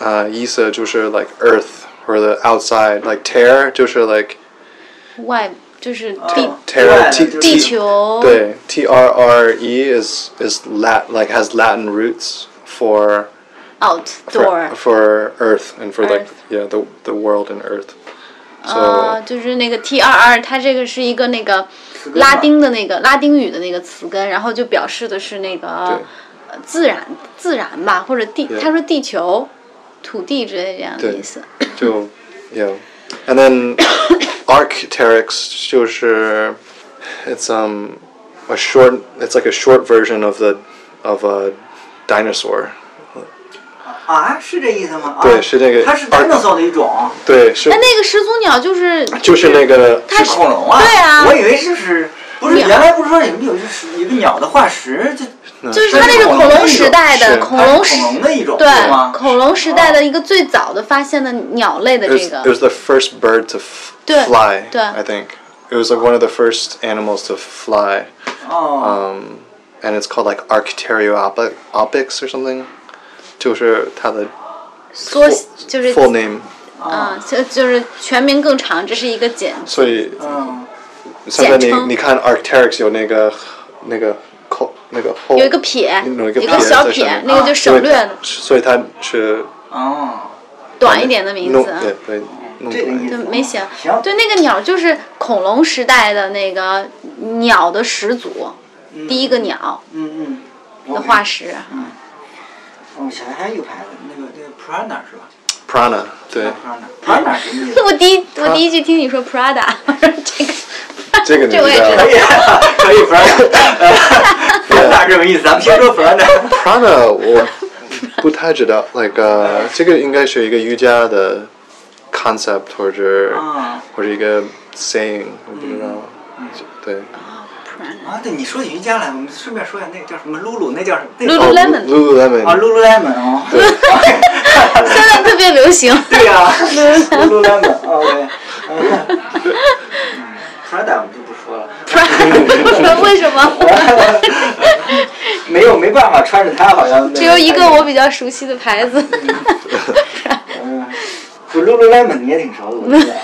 呃意思就是 like earth 或者 outside，like tear 就是 like 外就是地哦对 terra t 就是地 t 球，对 t r r e is is lat like has Latin roots for for, outdoor for earth and for like Earth. Ah， yeah the the world and earth。So 啊，就是那个 T 二二，它这个是一个那个根吧拉丁的那个拉丁语的那个词根，然后就表示的是那个呃自然自然吧，或者地， Yeah 他说地球、土地之类这样的对意思。就 yeah and then arcteryx 就是 it's um a short it's like a short version of the of a dinosaur 啊，是这意思吗？啊对是这个它是 Arc- dinosaur 的一种，对是但那个始祖鸟就是啊就是那个它是恐龙啊。对啊我以为是是，不是鸟原来不是说有有是一个鸟的化石，就就是它它那是个恐恐龙龙的一时种代的是恐它是龙时恐龙的一种，是吗啊对？恐龙时代的一个最早的发现的鸟类的 it 这 was, 个 it was the first bird to f- 对， fly 对。 I think it was like one of the first animals to fly 哦， um and it's called like arcteryopix or something 就是它的缩 full- 就是 full name 啊，就就是全名更长，这是一个简所以嗯，现在你简称你看 Arcteryx 有那个那个扣那个后有一个撇，有一个个小在上撇面，啊那啊个就省略了，所以它是哦，短一点的名弄字啊。对对啊弄这个短一意思就啊点。没写行，对，那个鸟就是恐龙时代的那个鸟的始祖，第一个鸟嗯嗯，我的化石。我想还有一个牌子，那个那个 Prana 是吧 Prana 对，啊？Prana，Prana 什么意思？ 我啊第一我第一句听你说 Prada，这 个这个你啊这我也知道知吗道可以， 可以 呃 Prana，Prana 什么意思？咱们先说 Prana。 Prana 我不太知道 ，like 呃这个应该是一个瑜伽的 concept 或者啊嗯或者一个 saying 我不知道，对。啊，对，你说起瑜伽来，我们顺便说一下，那个叫什么露露，那叫什么？那个 Lulu- 哦 Lululemon Lululemon 啊，Lululemon 哦。 现在特别流行。对呀，Lululemon OK。嗯 Prada 我们就不说了， Prada 为什么？嗯没有没办法穿着它好像那只有一个我还比较熟悉的牌 子。嗯，我 Lululemon 你也挺熟的，我 知道。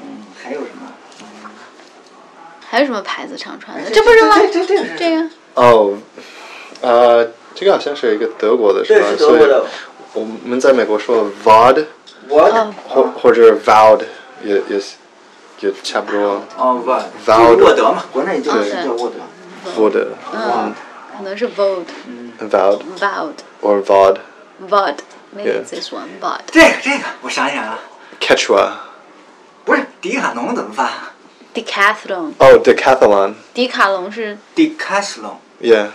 嗯，还有什么？哎还有什么牌子常穿的？这不是吗？这这这这这个哦，呃，这个好像是一个德国的是对吧？是德国的所以我们在美国说 vod 我哦或或者 vowed 也也也差不多哦不， Vowel 就是沃德嘛，国内就是对叫沃德。 ，vod 嗯，可能是嗯 Vod、 vowed Vod、 or vod Vod。Maybe Yeah. it's this one, Vod。这个这个，我想起来了， Quechua 不是迪卡侬怎么发 Decathlon，哦 decathlon 迪卡侬是？Decathlon，Decathlon， yeah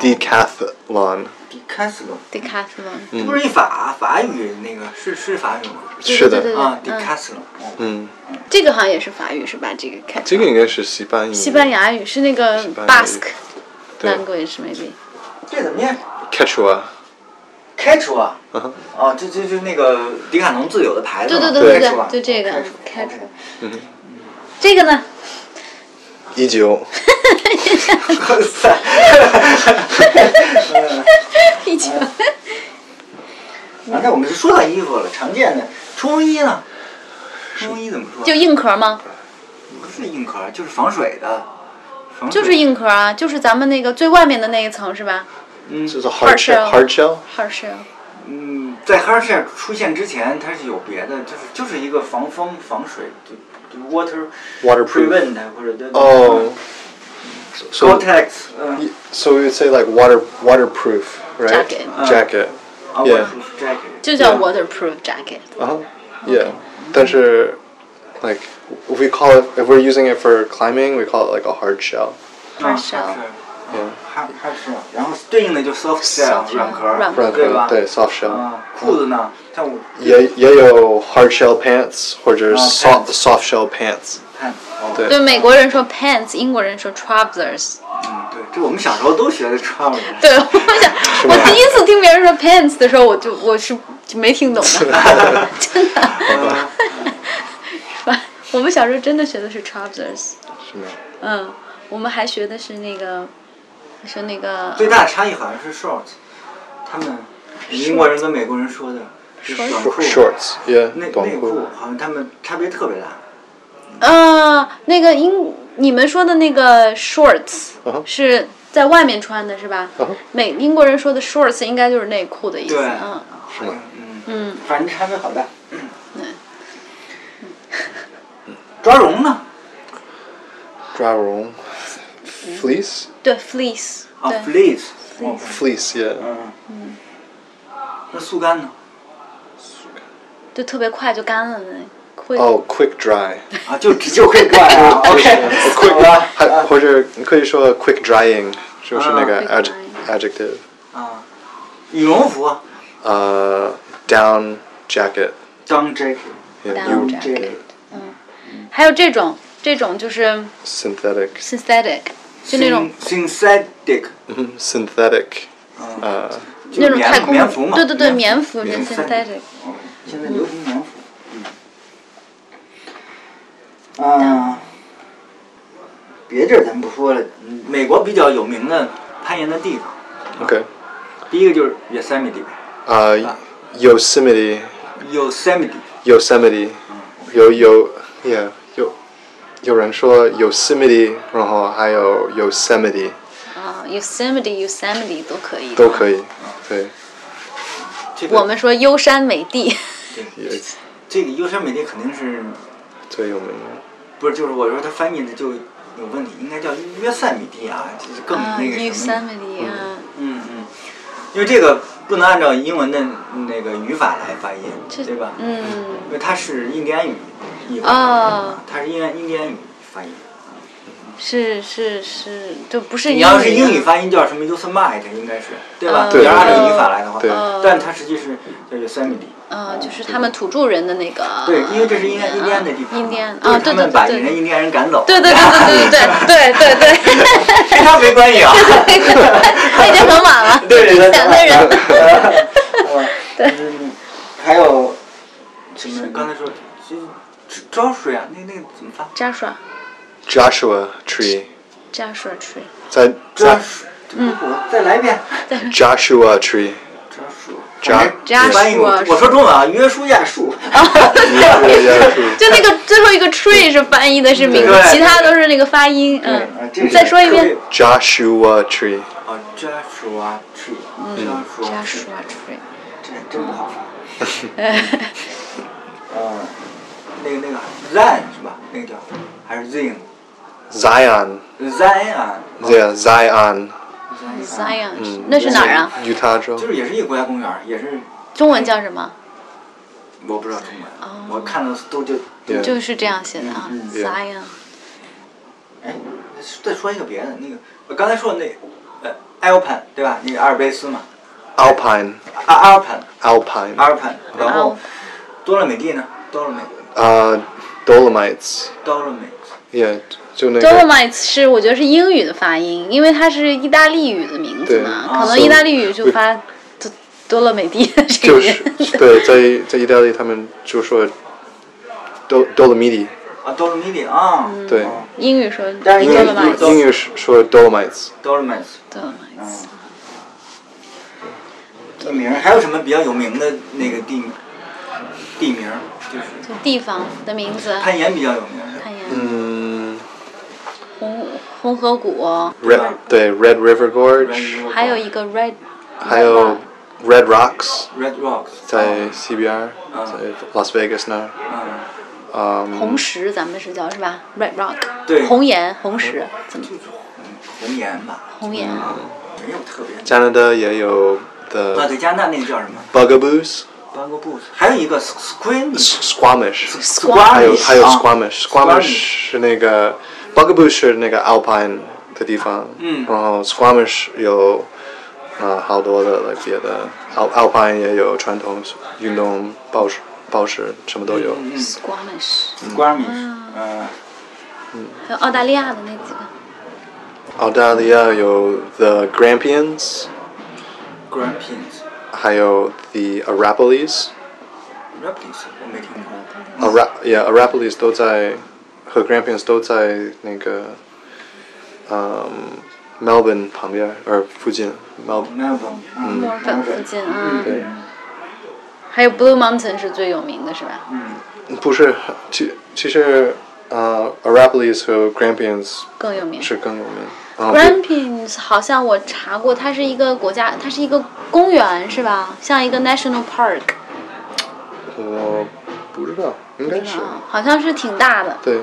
decathlon 嗯 Decathlon，这不是一法法语那个是是法语吗？对是对的，对啊嗯，Decathlon，哦嗯，这个好像也是法语是吧？这个 c a 这个应该是西班牙西班牙语是那个西班牙语 Basque 对 language maybe。这怎么念？ Quechua 开除 啊！嗯哼哦，这这就那个迪卡侬自有的牌子对嘛，对对对是吧对，就这个开 Cat 除。这个呢？一九哇塞，哦 已经刚才我们是说到衣服了，常见的冲锋衣呢？冲锋衣怎么说？就硬壳吗？不是硬壳，就是防水的，防水就是硬壳啊，就是咱们那个最外面的那一层是吧？嗯就是 hard shell hard shell 二是嗯，在 h a r s h a r 出现之前，它是有别的，就是就是一个防风防水，就就 water Waterproof prevent 或者叫哦 g o t e x 嗯 So we would say like water waterproof, right? Jacket. Jacket. 啊 Yeah. ，waterproof jacket 就啊叫 waterproof jacket。 Uh-huh. Yeah. 但是 like if we call it if we're using it for climbing, we call it like a hard shell. 啊 hard shell 嗯 hard hard shell，然后对应的就 soft Soft shell shell，软壳软壳儿，对吧？对 soft shell 啊，裤子呢？像我也也有 hard shell pants 或者 Ah, soft pants. soft shell pants. 看，哦，对对，美国人说 pants，英国人说 trousers。嗯，对，这我们小时候都学的 t r 对，我想，吧我第一次听别人说 pants 的时候，我就我是就没听懂的， 真的。 是吧？我们小时候真的学的是 trousers，是吗？嗯，我们还学的是那个，说那个最大的差异好像是 short，他们英国人跟美国人说的是短裤 Shorts, yeah，内短内裤裤，好像他们差别特别大。啊，那个英，你们说的那个 shorts 嗯哼是在外面穿的是吧嗯哼？美英国人说的 shorts 应该就是内裤的意思。对嗯是吗？嗯，嗯，反正差别好大。嗯， 抓绒呢？抓绒，fleece, 对，fleece，啊对，fleece。哦 fleece, yeah，嗯。哦那速干呢？就特别快就干了那会。哦，quick Oh, dry，啊，就直就可以干 啊。OK，quick，好吧还或者你可以说 quick drying，就是那个啊 adj- adjective，啊，羽绒服啊呃，down Uh, jacket， ，down jacket， yeah, Down you jacket 还有这种，这种就是 synthetic, synthetic，就那种 synthetic， mhm, synthetic，Uh, 嗯呃，就那是种太棉空棉服嘛。对对对，棉棉服棉是服 synthetic。现在流行棉服。嗯。啊，别地儿咱不说了，嗯美国比较有名的攀岩的地方， okay，第一个就是 Yosemite 呃，Yosemite, Yosemite Yosemite，有有，yeah，有有人说 Yosemite，然后还有 Yosemite 啊，Yosemite、Yosemite 都可以。都可以，对，这个我们说优山美地，也这个优山美地肯定是最有名的不是就是我说它翻译的就有问题，应该叫约塞米蒂啊，就是更啊那个什么。 ，Yosemite 啊，嗯嗯，因为这个不能按照英文的那个语法来发音，这对吧？嗯，因为它是印第安语译过来的哦啊，它是印印第安语发音。是是是，就不是啊你要是英语发音叫什么 Yosemite，应该是对吧？对你要按照语法来的话对，呃但它实际是叫 Yosemite。啊，就是他们土著人的那个。对，因为这是印印第安的地方嘛，印第安就是啊对他们对把对对人印第安人赶走，对对对对对对对对对跟他没关系 啊。对，已经很晚了， 对对想的人。 对。嗯，还有什么？刚才说就是招水啊，那那个怎么发？ Joshua Joshua Tree， Joshua Tree 在招在水。嗯我再来一遍。 Joshua Tree，招水。 Josh- 我翻译我，Joshua 我说中文啊，约书亚 树。对，yeah，true 就那个最后一个 tree 是翻译的是名字，对其他都是那个发音。对啊嗯，这是再说一遍特 Joshua 别 Tree，啊，Joshua Tree。Joshua Tree。 ，Joshua Tree。这真不好发。嗯，那个那个 Zan 是吧？那个叫还是 Zin？Zan Zion，啊， yeah Zion， 嗯 Zion，那是哪儿啊？犹他州就是也是一个国家公园，也是中文叫什么？我不知道中文，我看到都就 ，yeah，就是这样写的啊嗯嗯，Zion。哎，再说一个别的，那个我刚才说的那呃 Alpine 对吧？那个阿尔卑斯嘛， Alpine，Alpine，阿阿尔潘阿尔潘，然后多洛美蒂呢？多洛美呃，Dolomites，yeah，多洛美就那个 Dolomites 是我觉得是英语的发音，因为它是意大利语的名字嘛，对可能所以意大利语就发多多洛美蒂这就个 是音。对，在在意大利他们就说 Dol Dolomiti，啊，多洛美蒂啊，对，英语说但是英语 Dolomites，英语是说 Dolomites，多洛美蒂。 Dolomites 地名儿还有什么比较有名的那个地地名儿？就是就地方的名字。攀岩比较有名儿。看一眼，嗯红红河谷， ，Red 对 Red River Gorge，还有一个 Red 还有 Red Rocks。 Red Rocks，在 CBR，嗯在 Las Vegas 那儿，嗯，嗯，红石，咱们是叫是吧？Red Rock，对红岩、红石，怎么就是红岩吧，红岩？没有特别。加拿大也有啊， The 对，加拿大那个叫什么 Bugaboos、 ？Bungo Boots，还有一个 Squamish， Squamish， Squamish，还有还有啊 Squamish，Squamish 是那个 Bugaboos 是那个 Alpine 的地方，嗯然后 Squamish 有啊好多的来别的 Al Alpine 也有传统运动报纸报纸什么都有，嗯，Squamish， ，Squamish，嗯，还有澳大利亚的那几个，澳大利亚有 the Grampians, Grampians、还有 the Arapalis。 Rapids 我没听过。 Ara yeah Arapalis 都在和 Grampians 都在那个嗯 Melbourne 旁边而附近 Melbourne Melbourne，嗯墨尔本附近啊，嗯对还有 Blue Mountain 是最有名的是吧？嗯，不是其其实呃 Arapalis 和 Grampians 更有名。是更有名啊 Grampians 好像我查过，它是一个国家，它是一个公园是吧？像一个 national park，我我不知道应该是啊，好像是挺大的。对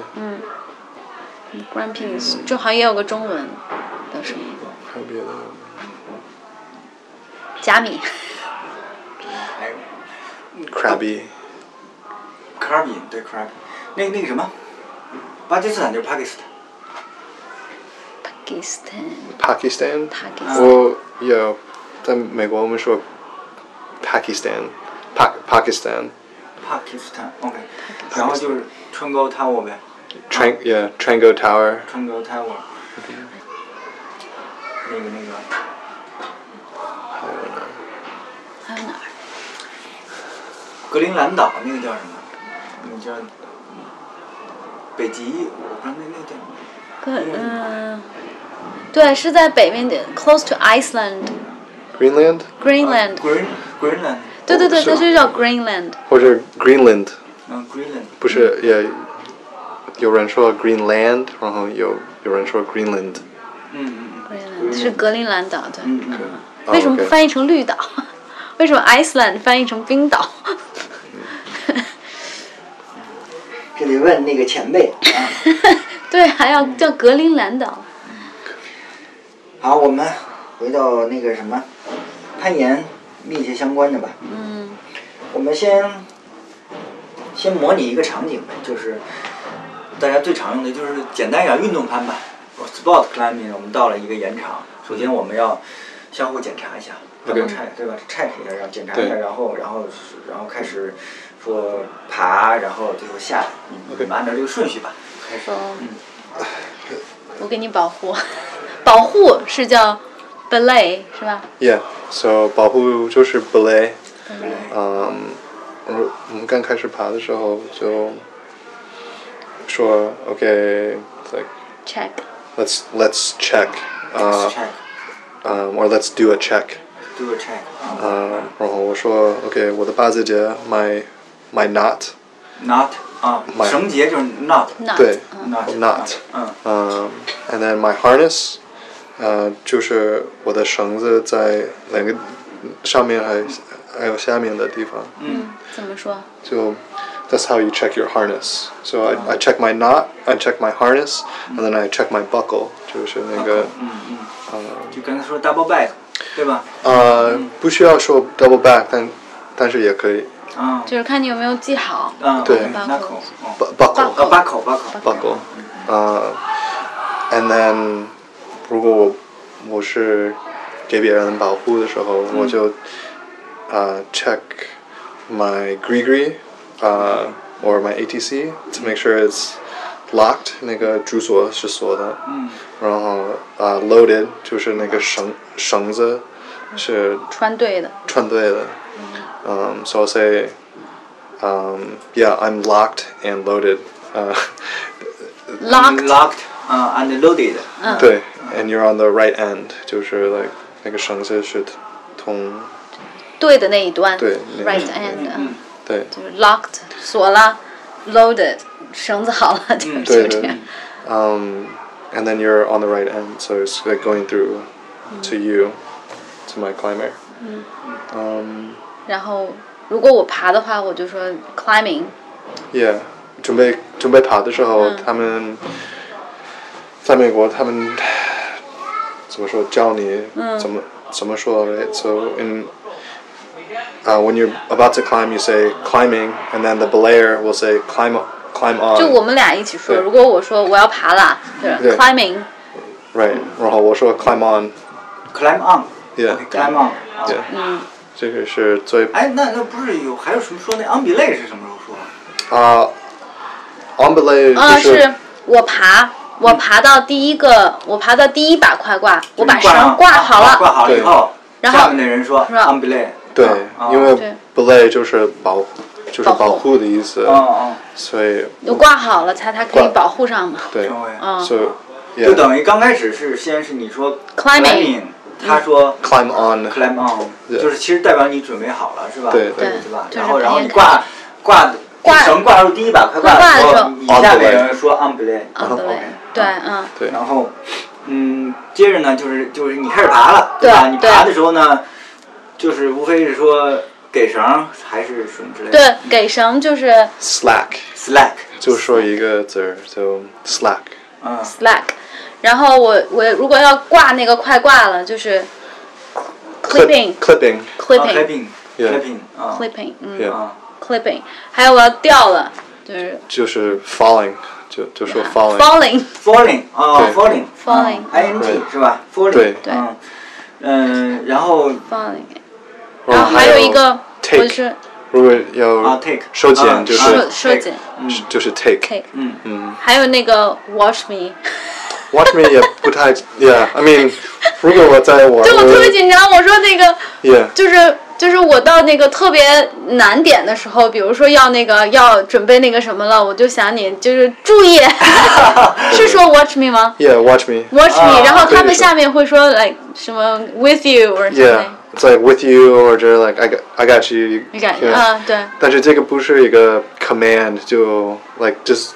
Grampians 就好像也有个中文的什么还有别的加米，还有 Crabby Caribbean 对 Caribbean，那那个什么，巴基斯坦就是 Pakistan， Pakistan Pakistan Pakistan 我有在美国我们说 Pakistan Pa Pakistan 帕基斯坦 OK，然后就是春沟 Tower 呗， Trang yeah Trango Tower 春沟 Tower，那个那个还有呢还有哪儿？格陵兰岛那个叫什么？那个叫北极，我不知道那那叫什么。跟嗯，对，是在北面的，close to Iceland 啊 Greenland Greenland， Green Greenland，对对对，是它吗就叫 Greenland。或者 Greenland 嗯，Greenland，不是也有人说 Greenland，然后有有人说 Greenland，嗯嗯 Greenland 是格陵兰岛，对。嗯嗯嗯，啊为什么不 OK 翻译成绿岛？ 为什么 Iceland 翻译成冰岛？ 这得问那个前辈。嗯对，还要叫格陵兰岛。好，我们回到那个什么，攀岩密切相关的吧。嗯，我们先先模拟一个场景呗，就是大家最常用的就是简单一点，运动攀吧。Spot climbing，我们到了一个岩场，首先我们要相互检查一下，然后 OK check 对吧？check 一下，然后检查一下，对然后然后然后开始说爬，然后最后下来。嗯，我们按照这个顺序吧。开始。哦，我给你保护，保护是叫 belay 是吧？ ，Yeah，so 保护就是 belay，嗯，我我们刚开始爬的时候就说 OK，like check let's let's check， Let's 呃， check，嗯，or let's do a check。 do a check。啊呃，然后我说 OK，我的八字结 my my knot， Knot 啊，买绳结就是 knot。 not 对嗯 knot Uh. knot 嗯嗯，and then my harness，呃，就是我的绳子在两个上面还还有下面的地方，嗯怎么说？就 that's how you check your harness. So I I check my knot, I check my harness, and then I check my buckle，就是那个嗯嗯，就刚才说 double back，对吧？呃不需要说 double back，但但是也可以啊，就是看你有没有记好。嗯，对 knuckle，嗯 bu- buckle 啊八口八口 buckle，呃，and then 如果我我是给别人保护的时候，我就呃 check my gree 呃 or my ATC to make sure it's locked 那个主锁是锁的，嗯然后呃 loaded 就是那个绳绳子是穿对的，串对的，嗯，so I'll say um yeah I'm locked and loaded 呃 locked locked 啊，and loaded 对，and you're on the right end，就是 like 那个绳子是通，对的那一端。对那个 right 是 end 嗯嗯对就是 locked 锁了，loaded 绳子好了，就是对嗯这对样。 ，um and then you're on the right end，so it's like going through to you to my Um, climber，嗯然后如果我爬的话，我就说 climbing， ，yeah，准备准备爬的时候，他们在美国他们怎么说教你怎么怎么说，right？So in Uh, when you're about to climb, you say climbing, and then the belayer will say climb, climb on. 就我们俩一起说。嗯对如果我说我要爬了，就是对 climbing， Right，然后我说 climb on，yeah，、 ，climb on，climb on 啊。 yeah. 这个是最哎，那那不是有还有什么说那 ambilay 是什么时候说？啊 o m b e l e 啊 uh, 就是我爬，我爬到第一个，我爬到第一把快挂，我把绳挂挂好啊挂了，好了以后，然后下面的人说是吧 “I'm Blay”，对，因对为 belay 就是保，就是保护保护的意思，哦所以就挂好了，才它可以挂保护上嘛。对哦，成为，嗯， so 就 yeah, 等于刚开始是先是你说 Climbing 他说 climb on. climb on，对就是其实代表你准备好了是吧？对对对吧？就是然后然后你别挂挂挂绳挂住第一把快挂挂的时时候哦候，你下面有人说 on play，啊对 OK 对，嗯，对然后嗯，接着呢就是就是你开始爬了，吧？对你对爬的时候呢，就是无非是说给绳还是什么之类的对，给绳就是 slack ，slack，就说一个字儿，就 slack 嗯 slack，然后我我如果要挂那个快挂了，就是 clipping clipping clipping 啊，clipping Yeah clipping 啊 clipping，嗯 Yeah 啊 clipping，还有我要掉了，就是就是 falling 就就说 falling falling ，falling 啊对 falling Falling 啊 ing 对是吧？falling 对对嗯嗯，然后 falling，然后还有一个我就是 take 如果要啊 take 啊收减就是收是收紧就是 take take，嗯还有那个 wash me，Oh. watch me 也不太 yeah I mean 如果我在玩就我特别紧张，我说那个 yeah 就是就是我到那个特别难点的时候，比如说要那个要准备那个什么了，我就想你就是注 意，是说 watch me 吗 yeah watch me ？watch me，、啊然后他们对对对下面会说 like 什么 with you or something， yeah it's like with you or just like I got I got you 你感觉 yeah. 啊对，但是这个不是一个 command，就 like just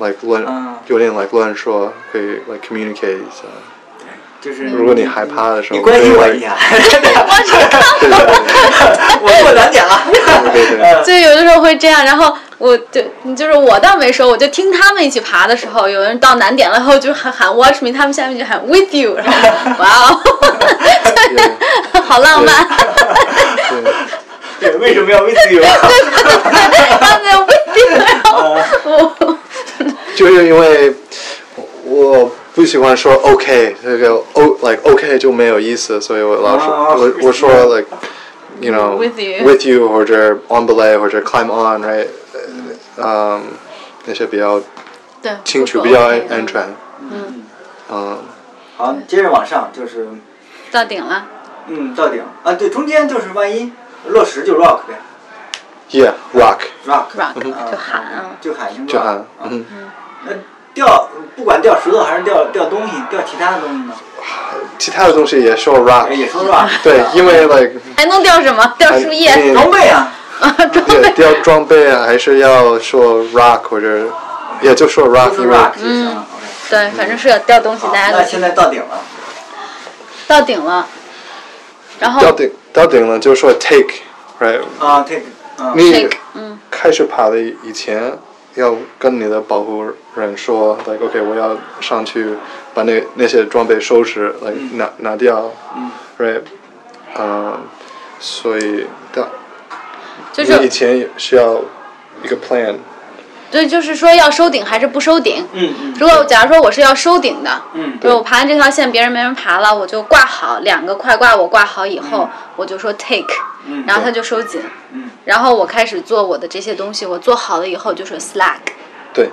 like 乱、嗯有点 like 乱说，可以 like communicate 一下。就是如果你害怕的时候，你关心我一下， 我过难点了。 嗯就有的时候会这样，然后我就就是我倒没说，我就听他们一起爬的时候，有人到难点了，然后就喊喊 watch me，他们下面就喊 with you，然后哇哦， 好浪漫，对，为什么要 with you？ 他们就 with you，然后我对对对，就是因为我不喜欢说 OK 这个 O like OK 就没有意思，所以我老说、哦，我我说 like you know With you. with you 或者 on belay 或者 climb on right，嗯、对，那些比较清楚，比较不说 OK，嗯安全。好，接着往上就是，到顶了。嗯，到顶啊，对，中间就是万一落实就 rock 呗 yeah rock ，rock rock，嗯就喊啊就喊就就喊 rock，嗯，那掉不管掉石头还是掉掉东西，掉其他的东西呢，其他的东西也说 rock 哎也说 rock，对，因为 like 还能掉什么？掉树叶。 I mean- 装备啊，也要装备啊，还是要说 rock 或者，也就说都 rock，是因嗯为 rock 就行了。OK 对，反正是有掉东西，好大家那都现在到顶了，到顶了。然后到顶到顶了就说 take，right？啊，take，嗯，你 take，嗯，开始爬的以前要跟你的保护人说，like OK，我要上去把那那些装备收拾，like 嗯拿拿掉，right？嗯，所以到就你以是前需要一个 plan，对，就是说要收顶还是不收顶。嗯嗯如果假如说我是要收顶的，嗯就是我爬完这条线，别人没人爬了，我就挂好两个快挂，我挂好以后，我就说 take，嗯然后他就收紧，嗯，然后我开始做我的这些东西，我做好了以后就说 slack，对，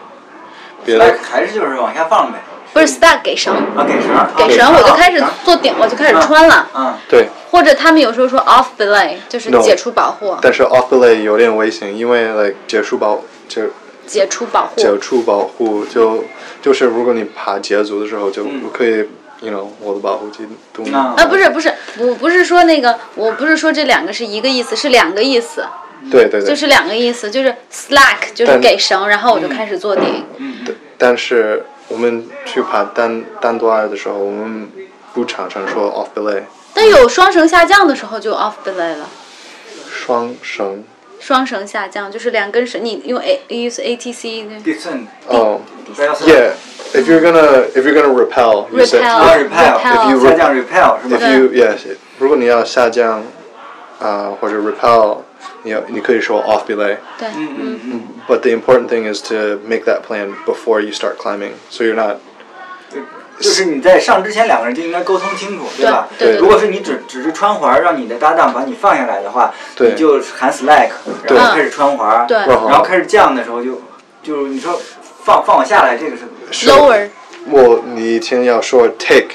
别的还是就是往下放呗，不是 slack 给绳，啊，嗯给绳，啊给绳我就开始绳做顶，我就开始穿了。嗯，对。或者他们有时候说 off belay，就是 No 解除保护但是 off belay 有点危险，因为 like 结束保就解除保护。脚触保护，就就是如果你爬捷足的时候，就嗯可以、y o u know，我的保护机动。啊啊，不是不是，我不是说那个，我不是说这两个是一个意思，是两个意思，对对对，就是两个意思，就是 slack 就是但给绳，然后我就开始做顶。对但是我们去爬单单独二的时候，我们不常常说 off belay 但有双绳下降的时候就 off belay 了，双绳双绳下降就是两根绳，你用 a 你用 atc 那给绳，哦、不要 yeah if you're gonna if you're gonna repel you said- Ah, repel. repel If you- repel 下降 repel 是吧 if you yes 如果你要下降啊、呃或者 repel 你要你可以说 off belay。对，嗯， But the important thing is to make that plan before you start climbing, so you're not 就是你在上之前，两个人就应该沟通清楚，吧？对对对如果是你只只是穿环儿，让你的搭档把你放下来的话，对你就喊 slack，然后开始穿环儿，对然后然后开始降的时候就就是你说放放我下来，这个是 lower 我你一定要说 take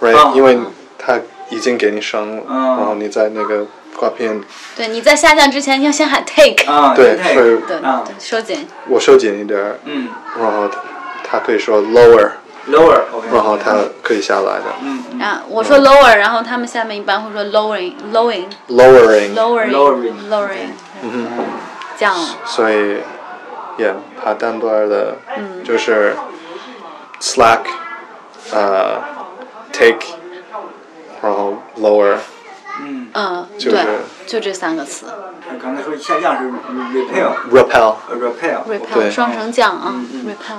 right，、啊因为它已经给你升了，嗯然后你在那个挂片，对，你在下降之前要先喊 take，、啊，对，这所个以对啊，收紧。我收紧一点儿，嗯然后它它可以说 lower， ，lower，OK，然后它可以下来的嗯嗯啊，我说 lower，然后他们下面一般会说 lowering，lowering，lowering，lowering， lowering， Lowering，嗯降了。所以也它单段的，就是 slack，呃，take，然后 lower， 嗯，嗯，就对是，就这三个词刚才说下降是 repair，repair。 repel， ，repel 对双绳降啊嗯嗯，repel。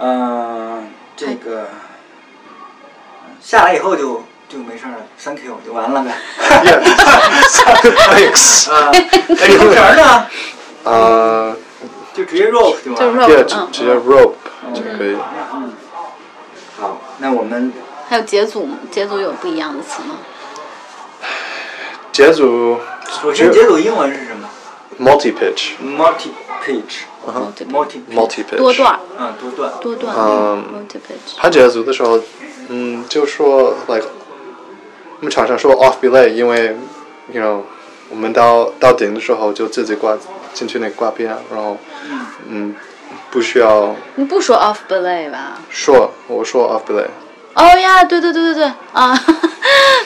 嗯，这个下来以后就就没事儿了，Thank you 就完了呗。 thanks，啊，哎，有 绳儿呢，呃。就直接 rope 就就完是了。对， rope，嗯，直直接 rope 就可以。嗯，好，那我们还有节组，节组有不一样的词吗？节组首先节组英文是什么 multi pitch ？multi 嗯 pitch，multi multiple multi pitch 多段儿，嗯多段。多段嗯，multiple pitch。排节组的时候，嗯，就说 like 我们常常说 off belay，因为 you know 我们到到顶的时候就自己挂进去那个挂边，然后嗯不需要你不说 off belay 吧？说我说 off belay，哦呀，对对对对对啊，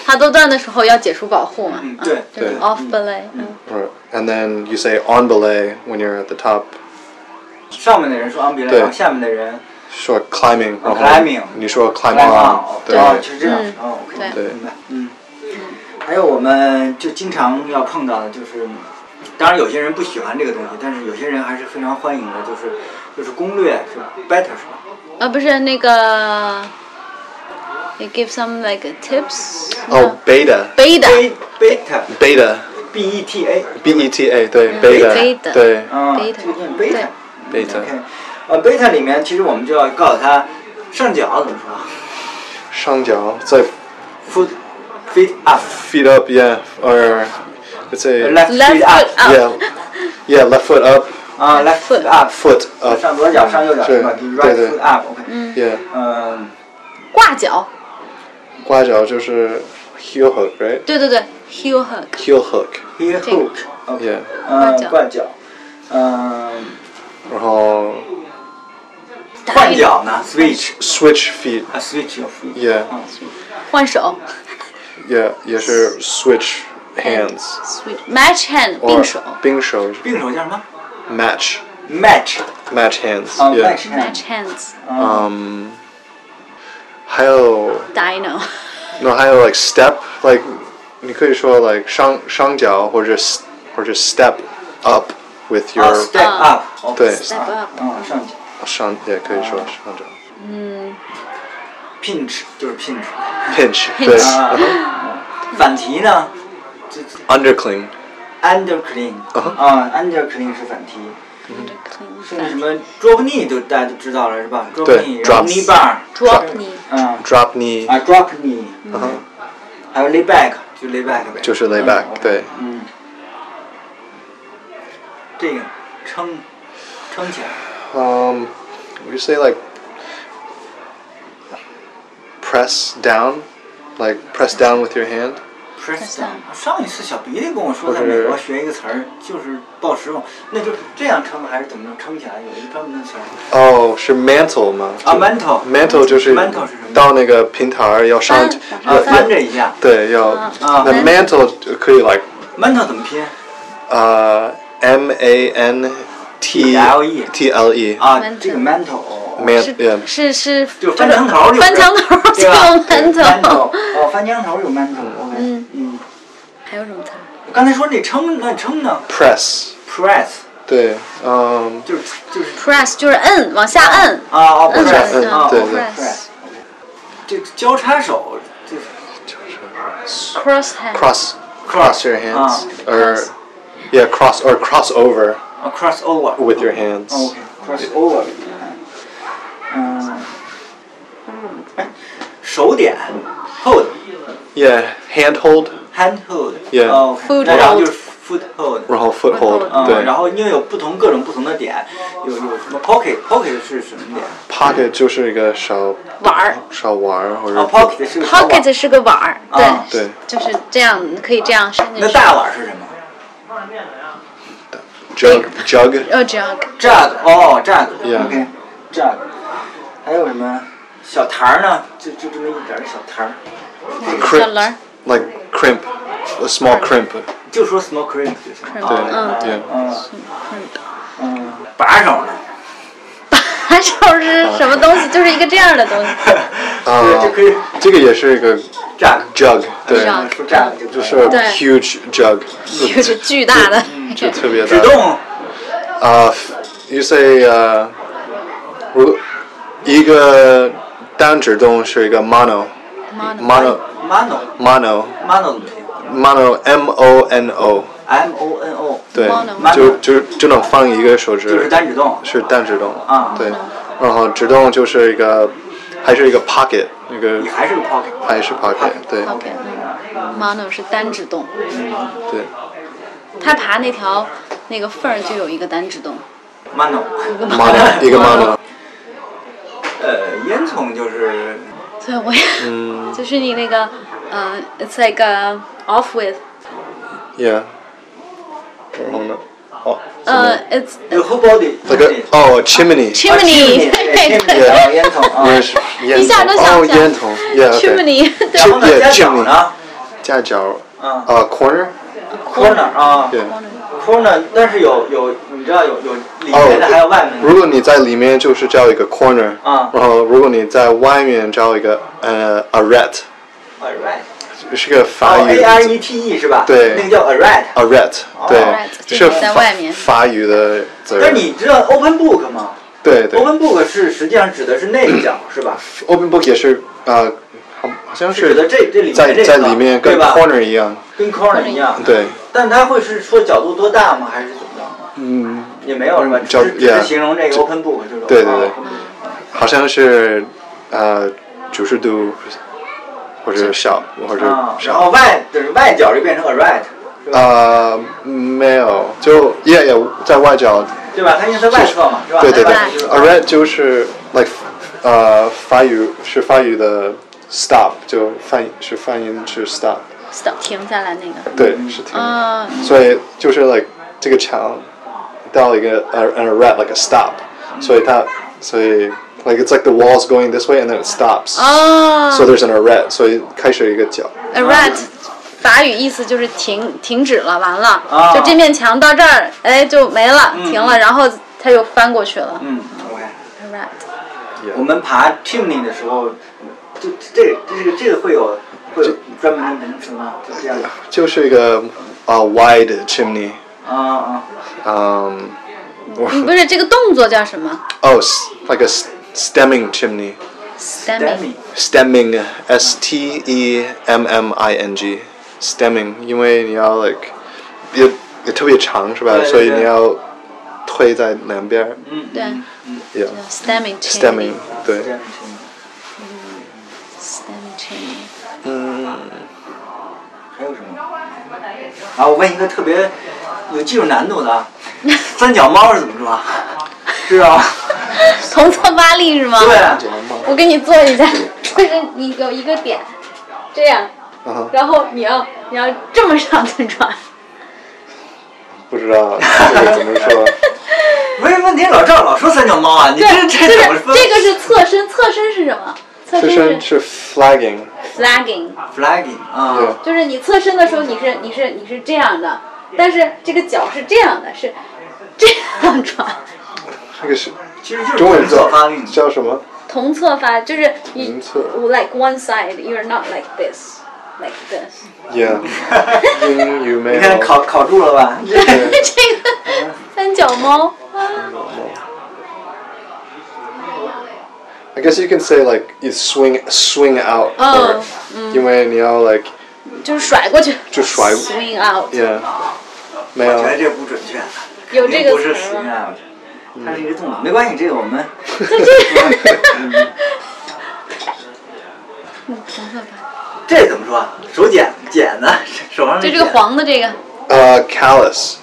爬多段的时候要解除保护嘛，嗯啊对就是对 off belay，嗯 or- and then you say on belay when you're at the top，上面的人说 umbrella，对然后下面的人说 climbing，然后 climbing 你说 climb on， on，对哦，就是这样嗯。哦，OK，对对明白。嗯，还有我们就经常要碰到的就是，嗯当然有些人不喜欢这个东西，但是有些人还是非常欢迎的，就是就是攻略是 better 是吧？啊不是那个，they give some like tips，嗯哦 beta ，beta b beta beta b e t a B E T A 对 beta beta 对啊， Beta 推荐对 beta beta OK，呃，beta 里面其实我们就要告诉他上脚怎么说啊上脚在，foot feet up feet up yeah or it's a left left feet foot up up， yeah yeah left foot up 啊，left foot Foot up foot up 上左脚上右脚对是吧就是对？right 对 foot up OK，嗯 yeah 嗯挂脚，挂脚就是 heel hook right 对对对，heel hook， heel hook ，heel 这个 hook OK， yeah 嗯，挂挂脚，嗯，然后换脚呢？switch switch feet 啊，switch your feet， yeah 嗯换手 yeah 也是 switch hands ，sweet match hand 并 or 手并手是并手叫什么 match ？match match hands 啊 yeah ，match ，match hands 嗯还有 dino， No, 还有 like step like 你可以说 like 上上脚或者 s- 或者 step up with your、啊，step Oh, up，哦对 step Step up 嗯，上脚上也可以说上脚，pinch 就是 pinch， pinch 对啊，Uh-huh 反提呢 undercling ，under clean，啊，under Uh-huh clean 是反提，嗯是什么 drop knee 就大家就知道了是吧？drop 对 knee，然后 drops Uh-huh knee bar， drop knee，嗯， drop knee 啊，drop knee，还有 lay back 就 lay back 呗，就是 lay back 对嗯，这个撑撑起来， um you say like press down like press down with your hand press down。上一次小鼻涕跟我说，或在是美国学一个词儿，就是抱石头，那就是这样撑还是怎么着撑起来？有一个专门的词啊儿哦是 mantle 吗啊，mantle mantle 就是 mantle 是什么？到那个平台儿要上翻啊，要翻要着一下对要啊那 mantle 就可以 like ，mantle 怎么拼？呃，M Uh, A N T TLE T L E 啊 Mantle，这个 mantle， man 是 yeah 是是就翻墙头就是翻墙头儿对吧叫 mantle， mantle，哦，翻墙头有 mantle，OK，嗯嗯，还有什么词儿？刚才说那撑，那撑呢 press um, ？press 对，嗯，就是就是 press 就是摁，往下摁。啊啊摁下，press 摁啊对，press， press 这个交叉手，这个就是 cross hand cross cross your hands 啊 or Cross. yeah cross or cross over 啊，cross over with your hands OK cross over，嗯，哎，手点 hold yeah hand hold hand hold， Yeah 哦 Food 那然后就是 hold foothold，然后 foothold， foothold，对嗯，，Oh, 然后因为有不同各种不同的点，有有什么 pocket，pocket 是什么点？ pocket 就是一个小玩儿小玩儿或者、啊，pocket Oh, 是个小碗，pocket 是个碗儿，啊对对，就是这样，可以这样伸进那去。大碗是什么 jug jug 哦，这样？jug，哦，jug， Yeah OK，jug，还有什么小坛儿呢？就就这么一点儿小坛儿，小轮儿 like crimp a small crimp 就说 small cream 就行了。对、嗯 yeah 嗯嗯，把手呢？把手是什么东西？就是一个这样的东西。 啊就可以这个也是一个 jug， jug 对 Jug 说 jug 就可以了就是对 huge jug 就是巨大的，就特别指大动啊、you say 呃、如一个单指动是一个 mono mono mono mono mono mono m o n o m o n o 对 Mono 就就就能放一个手指就是单指动。是单指动啊对，然后指动就是一个还是一个 pocket 那个你还是个 pocket。还是 pocket 对 OK，嗯，mono 是单指动，对它爬那条那个缝儿就有一个单指动。 mono。 mono 一个 mono 呃，烟囱就是所以我也， 就是你那个，呃，it's like a off with， yeah，然后呢哦呃，it's the whole body。那个哦 chimney 啊 chimney，对啊 chimney，然后烟囱啊。也是烟一下都筒想哦不起来烟筒 yeah OK chimney，对然后呢， Yeah，加角 chimney 呢夹角嗯啊 corner ，corner 啊 yeah。 ，corner，但是有有，你知道有有里面的，还有外哦，面的。如果你在里面就是叫一个 corner，、啊然后如果你在外面叫一个呃 a rat， Alright，是个法哦语，A 的 R 字 E 哦 T E 是吧？哎对哦那个叫 alright。 a rat，对 rat，就是是在法外面法语的字儿。但是 E，你知道 open book 吗对对？open book 是实际上指的是那一角是吧？ ，open book 也是啊、呃好好像是指的是这这里面在这个在里面跟对吧 corner 一样，跟 corner 一样。对，但它会是说角度多大吗？还是怎么着？嗯，也没有是吧？只角是只 yeah，是形容这个这 open book 就是。对对对哦好像是呃九十度或者小或者啊，然小后外就是外角就变成 a right，啊、没有，就 yeah yeah 在外角。对吧？它因为它外侧嘛，是吧？对对它对外侧就是，a red 就是 like 呃法语是法语的 stop，就翻译是翻译是 stop， stop 停下来那个，对是停，啊，所以就是 like 这个墙到一个 a an a red like a stop，所以它所以 like it's like the walls going this way and then it stops，哦 so there's an a red，所以开始一个角， a rat，法语意思就是停停止了，完了，啊就这面墙到这儿，哎，就没了，停了，然后它又翻过去了。嗯，OK。 a rat，我们爬 chimney 的时候，就这个这个这个会有会有专门的名词吗？就这样的。就是一个啊、wide chimney，啊啊嗯、嗯，不是这个动作叫什么 oh s- like a s- stemming chimney。 ？stemming。 Stemming, S T E M M I N G, stemming，因为你要 like 也也特别长是吧？对对对所以你要推在两边儿对嗯，yeah，叫，stemming chain。 stemming，对， stemming chimney。 stemming chain。嗯，还有什么？啊，我问一个特别有技术难度的啊，三脚猫是怎么说？啊知道吗？ 同侧发力是吗？对，我给你做一下， 就是你有一个点，这样，嗯 哼然后你要你要这么上去转，不知道这个怎么说，为什么你老赵老说三脚猫啊？你对，这就是这怎么说这个是侧身，侧身是什么？侧自身身是是 flagging， flagging， ？flagging 啊对，就是你侧身的时候你哦是你是你是这样的，但是这个脚是这样 的，是这样转。这个是其实就是中文同叫侧发力。叫什么？同侧发就是你同侧 like one side you're not like this like this， yeah，英语没你看有，考考住了吧？这个三脚猫。 I guess you can say like you swing swing out，嗯 or- 因为你要 like 就是甩过去，就甩 swing out， yeah，没我有觉。得这不准确，有这肯定个不是词实儿啊验，我觉得吗？它是一个动作。没关系，这个我们红色吧，这怎么说？手剪剪呢？手上就那这个剪黄的这个，啊呃，callus，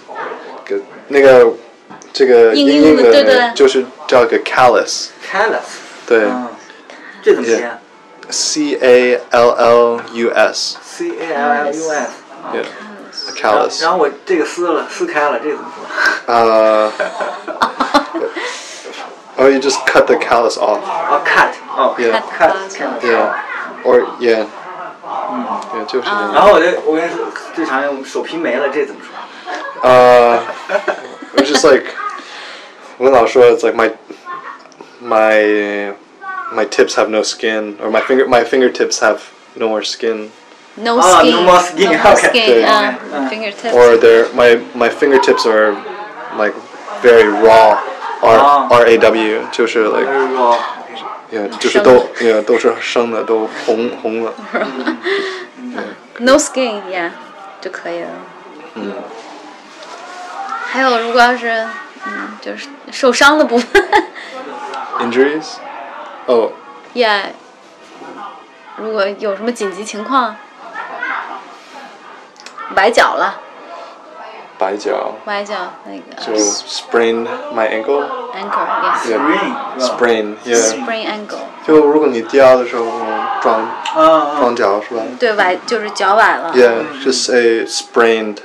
个那个这个硬硬硬的的，对对就是叫个 callus， Callus，对、嗯，这怎么写 c A L L U S， ？C A L L U S。对，a callus，然后我这个撕了，撕开了，这个怎么说？呃，or Uh, oh, you just cut the callus off，哦，cut，哦 Yeah ，cut，cut。 yeah，or yeah，嗯，就是这然样，后我就我跟你说，最常用手皮没了，这怎么说？呃、i t s Uh, just like，我老说 it's like my my my tips have no skin or my finger my fingertips have no more skin。 No 啊 skin， no more skin， no more okay， skin，对嗯嗯，fingertips， or they're my my fingertips are like very raw r Oh. r a w 就是他 like 是说， yeah, 就是都 yeah, 都是生的都红红了 No skin，yeah，就可以了。还有，如果要是嗯，就是受伤的部分 injuries Oh, 哦，yeah，如果有什么紧急情况，崴脚了，白脚崴脚那个就 sprain my ankle ankle，yeah，sprain yeah, Sprain，是吧 sprain yeah ankle，就如果你掉的时候嗯撞嗯嗯撞脚是吧对，崴就是脚崴了 yeah just say sprained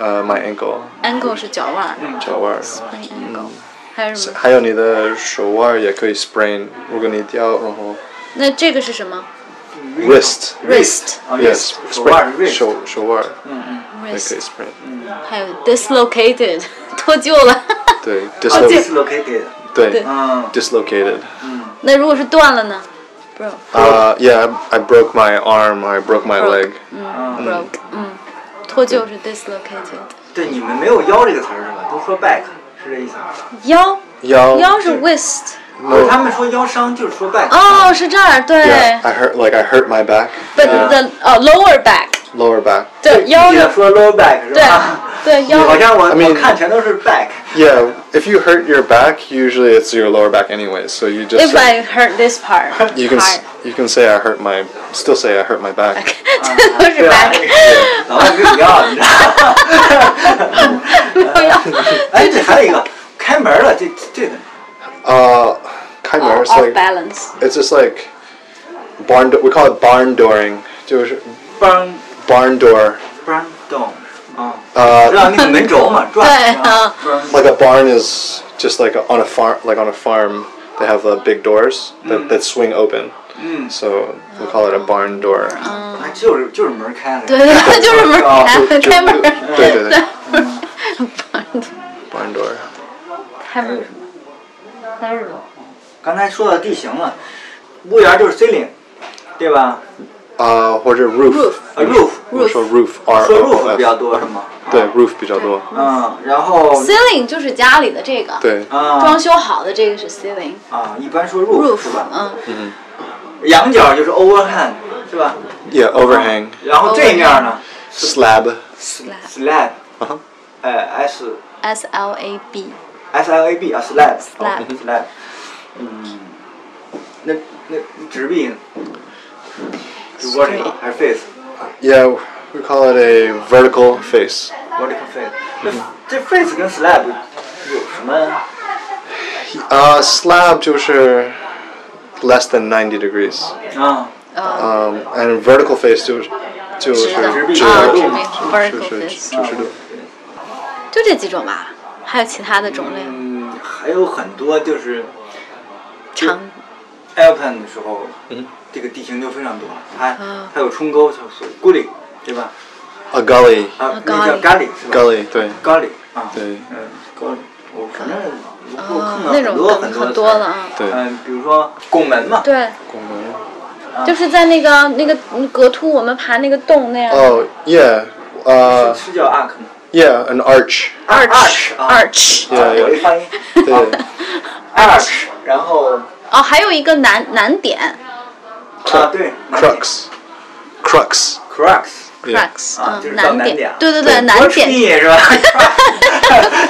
uh, my ankle ，ankle 是脚腕脚腕儿，sprain ankle，还有什么？还有你的手腕儿也可以 sprain 如果你掉然后那这个是什么 wrist ？wrist。啊 Yes, wrist，手腕儿 sprain- wrist，手手腕儿 wrist 也可以 sprain，还有 dislocated，脱 臼了。对啊，dislocate， ，dislocated，对嗯，dislocated。那如果是断了呢？broke， Uh, yeah, I I broke my arm or I broke my Broke. leg. 嗯，broke，嗯，脱臼是 dislocated。对，你们没有腰这个词儿是吧？都说 back，是这意思吗？腰，腰腰是 wrist。不是他们说腰伤就是说 back，哦，是这儿，对 Yeah, I hurt like I hurt my back, ，but the 哦 lower back， lower back. 对，腰也是，说 low back 是对吧？对腰， 好像我 I mean- 我看全都是 back， Yeah, if you hurt your back, usually it's your lower back anyway. So you just if say, I hurt this part， you can s- you can say I hurt my still say I hurt my back. 这都是 back，老外没有腰，你知道吗？ 哎，对，还有一个开门了，这这个 Uh, kind of it's off like balance。 it's just like barn. Do- we call it barn dooring. 就是 burn barn door. burn down 啊， Uh, 知道那个门轴嘛，转对啊啊 burn like a barn is just like on a farm like on a farm they have uh, big doors that, that swing open so we call it a barn door 啊，就是就是门开了，对，对， 就是门 Oh, 儿开开门 儿， barn door 开门儿，开门儿。刚才说到地形了，屋檐就是 ceiling，对吧？ uh, 或者 roof, Roof. 啊 roof，我们说 roof R 说 O roof 比较 F 多是吗？对 roof 比较多嗯，然后 ceiling 就是家里的这个，对啊装修好的这个是 ceiling 啊，一般说 roof roof，是吧？嗯，仰角就是 overhang 是吧？ yeah overhang 然后这面呢 slab slab， uh-huh. 哎 s S L A B S L A B 啊 slab Slab 哦 slab，嗯，那那直臂呢？直播这个还是 face yeah we call it a vertical face vertical face？这这 face 跟 slab 有什么？ uh, slab 就是 less than 90 degrees 啊，呃， um, and vertical face 就是就是的直臂直啊，这臂边 Ah, vertical 是 face，嗯是是的。就这几种吧，还有其他的种类，嗯，还有很多就是长 alpine 的时候，这个地形就非常多了，还啊还有冲沟，就是孤岭，对吧？ A gully，啊啊，那叫咖喱是吧？ gully，对咖喱啊，对嗯，咖喱，我反正我啊碰到那很种多梗很多很多的了词儿啊，对嗯，比如说拱门嘛，对，拱门。啊就是在那个那个嗯格凸，我们爬那个洞那样哦，yeah，呃是是叫 arc 吗，yeah，an arch， ，arch arch，啊 arch，啊，对有一发音对 arch，然后哦，还有一个难难点啊对，crux，crux， crux yeah， cracks，啊就是嗯，到难点点，对对对，难 watch 点 me 是 吧？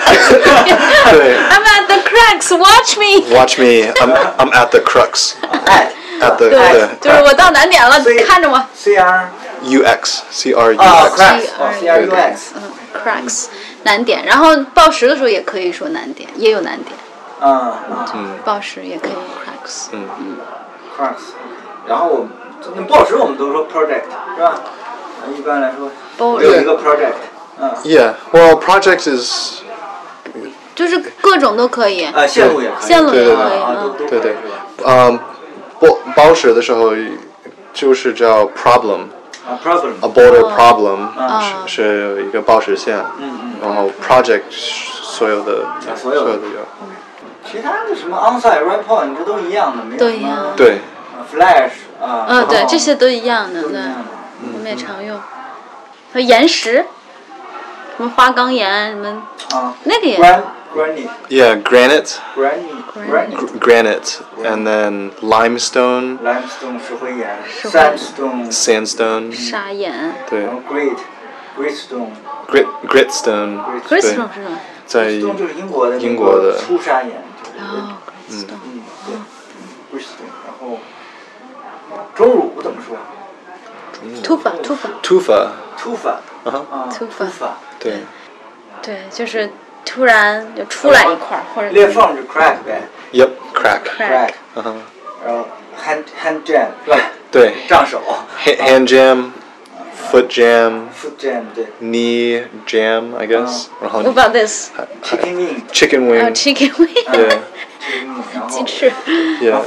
对，I'm at the cracks, watch me， ，watch me，I'm I'm at the crux，哎 at the 对，就是我 the 到难点了所以，看着我。 C R crux，c r u 啊 Ah, x， crux，C R U X，嗯 cracks 难点，然后报时的时候也可以说难点，也有难点，嗯报时也可以有 cracks。 ，cracks。然后我那报时我们都说 project 是吧？啊一般来说，包只有一个 project。嗯， Yeah. Well, project is 就是各种都可以，呃，线路也可以，线路也哎可对对以，啊，都都嗯，可以对对是吧？，嗯，包包时的时候 um, 就是叫 problem。啊，problem。 a border problem、嗯是是有一个报时线，Ah. 嗯然后 project 所有的、所有的的有，其他的什么 onsite、r i g h point 这都一样的，没都有什一样么对，啊 flash 啊。嗯，对然，后这些都嗯一样的，都嗯一对，样的。我们也常用。和岩石，什么花岗岩，什么啊那个也 Gran granite yeah granite granite granite gr- granite and then limestone limestone 石灰岩石灰岩 sandstone， sandstone 砂岩。对然后 grit gritstone grit gritstone grit Crystal 是吧？在 stone 就是英国的英国的粗砂岩，就是哦，Crystal，嗯对 gritstone，然后钟乳怎么说嗯突发突发 tufa uh-huh， ？tufa 啊 Tufa 对对，就是突然就出来一块儿，或者裂缝就 crack 呗 yep crack uh-huh。 crack， crack，嗯哼然后 hand hand jam 是吧？对杖手 Ha- hand jam foot jam foot jam 对 knee jam I guess 然后 What about this？ chicken wing chicken 还有 wing chicken wing，嗯对 chicken wing，然后鸡翅 yeah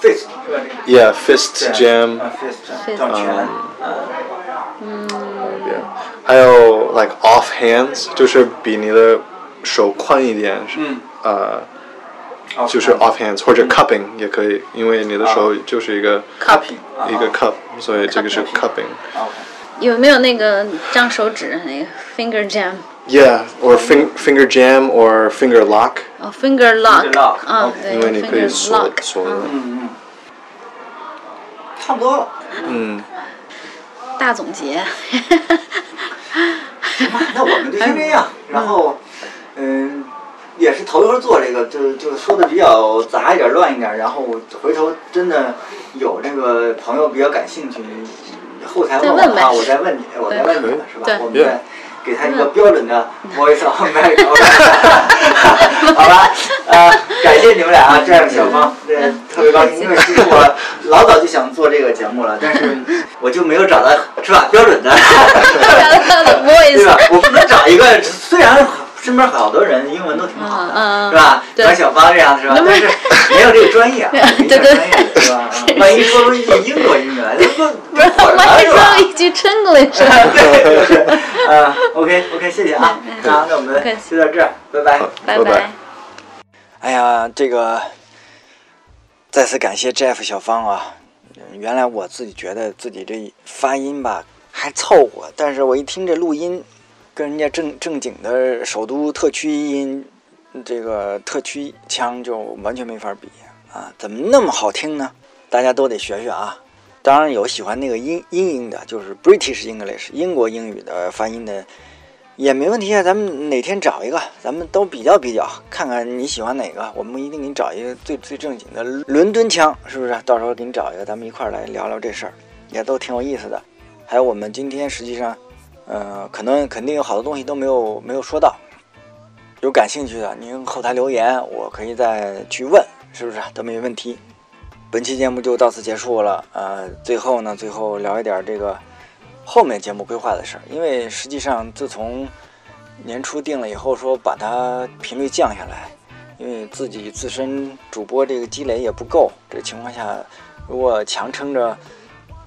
fist 是吧？这个 yeah fist jam 嗯啊 fist Fist 掌拳还有 like off hands，就是比你的手宽一点，嗯呃，啊就是 off hands 或者 cupping 也可以，因为你的手就是一个 cupping 啊一个 cup，所以这个是 cupping。啊 有没有那个张手指那个 finger jam？ Yeah, or finger finger jam or finger lock，哦，finger Finger lock， lock，嗯， OK 对因为你可以，finger 锁 lock，锁的。嗯嗯，差不多了。嗯，大总结。 那我们就先这哎样，然后，嗯，也是头一回做这个，就就说的比较杂一点、乱一点，然后回头真的有这个朋友比较感兴趣，后台问我再啊，问呗我再问你，我再问你们是吧对？嗯我们再给他一个标准的 voice of America，好吧？啊，感谢你们俩啊，这样小芳，嗯这特别高兴，因为其实我老早就想做这个节目了，但 是我就没有找到是吧标准的。 The 对 voice， 吧？我不能找一个，虽然身边好多人英文都挺好的，嗯嗯是吧？对像小芳这样的是吧？那不但是是没有这个专业啊，没这 对个对专业是吧？啊万一说出一句英国英语来，那 不不混了万一是吧说？一句 Chinglish， 对，就是啊，OK OK，谢谢 啊，啊，那我们不客气就到这儿，拜拜。拜拜拜拜。哎呀，这个再次感谢 Jeff 小芳啊。嗯原来我自己觉得自己这发音吧还凑合，但是我一听这录音，跟人家正正经的首都特区音，这个特区腔就完全没法比啊！怎么那么好听呢？大家都得学学啊！当然有喜欢那个英英音的，就是 British English 英国英语的发音的也没问题啊，咱们哪天找一个，咱们都比较比较，看看你喜欢哪个，我们一定给你找一个最最正经的伦敦腔，是不是？到时候给你找一个，咱们一块儿来聊聊这事儿，也都挺有意思的。还有我们今天实际上，呃，可能肯定有好多东西都没有没有说到，有感兴趣的您后台留言，我可以再去问，是不是都没问题？本期节目就到此结束了，呃，最后呢，最后聊一点这个呃后面节目规划的事儿，因为实际上自从年初定了以后，说把它频率降下来，因为自己自身主播这个积累也不够，这情况下，如果强撑着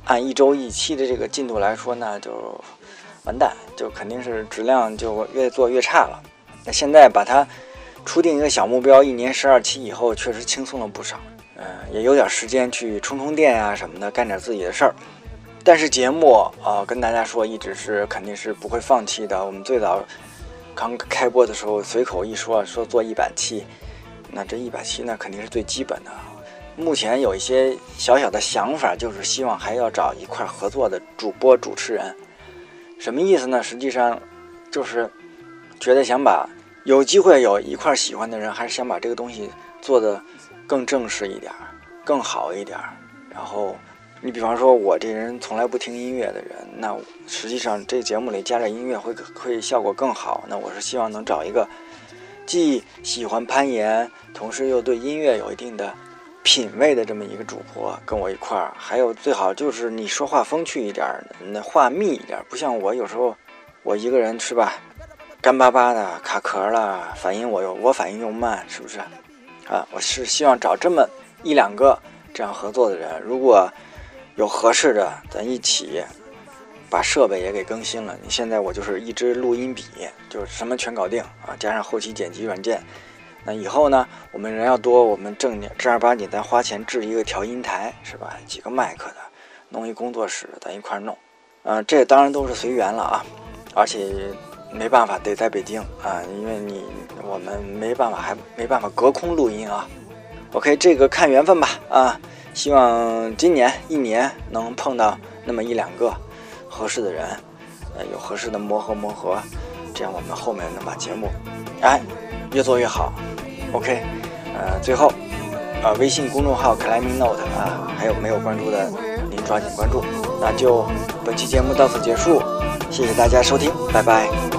按一周一期的这个进度来说，那就完蛋，就肯定是质量就越做越差了。那现在把它初定一个小目标，一年十二期以后，确实轻松了不少。嗯、也有点时间去充充电啊什么的，干点自己的事儿。但是节目啊、呃跟大家说，一直是肯定是不会放弃的。我们最早刚开播的时候，随口一说说做一百期，那这一百期那肯定是最基本的。目前有一些小小的想法，就是希望还要找一块儿合作的主播主持人。什么意思呢？实际上就是觉得想把有机会有一块儿喜欢的人，还是想把这个东西做得更正式一点儿，更好一点儿，然后你比方说，我这人从来不听音乐的人，那实际上这节目里加点音乐会会效果更好。那我是希望能找一个既喜欢攀岩，同时又对音乐有一定的品味的这么一个主播跟我一块儿。还有最好就是你说话风趣一点儿，那话密一点儿，不像我有时候我一个人是吧，干巴巴的卡壳了，反应我又我反应又慢，是不是？啊，我是希望找这么一两个这样合作的人，如果。有合适的，咱一起把设备也给更新了。你现在我就是一支录音笔，就是什么全搞定啊，加上后期剪辑软件。那以后呢，我们人要多，我们正正儿八经咱花钱置一个调音台是吧？几个麦克的，弄一工作室，咱一块儿弄。啊、呃，这当然都是随缘了啊，而且没办法得在北京啊，因为你我们没办法还没办法隔空录音啊。OK，这个看缘分吧啊。希望今年一年能碰到那么一两个合适的人，呃，有合适的磨合磨合，这样我们后面能把节目，哎，越做越好。OK，呃，最后，呃，微信公众号 climbing note 啊，还有没有关注的您抓紧关注。那就本期节目到此结束，谢谢大家收听，拜拜。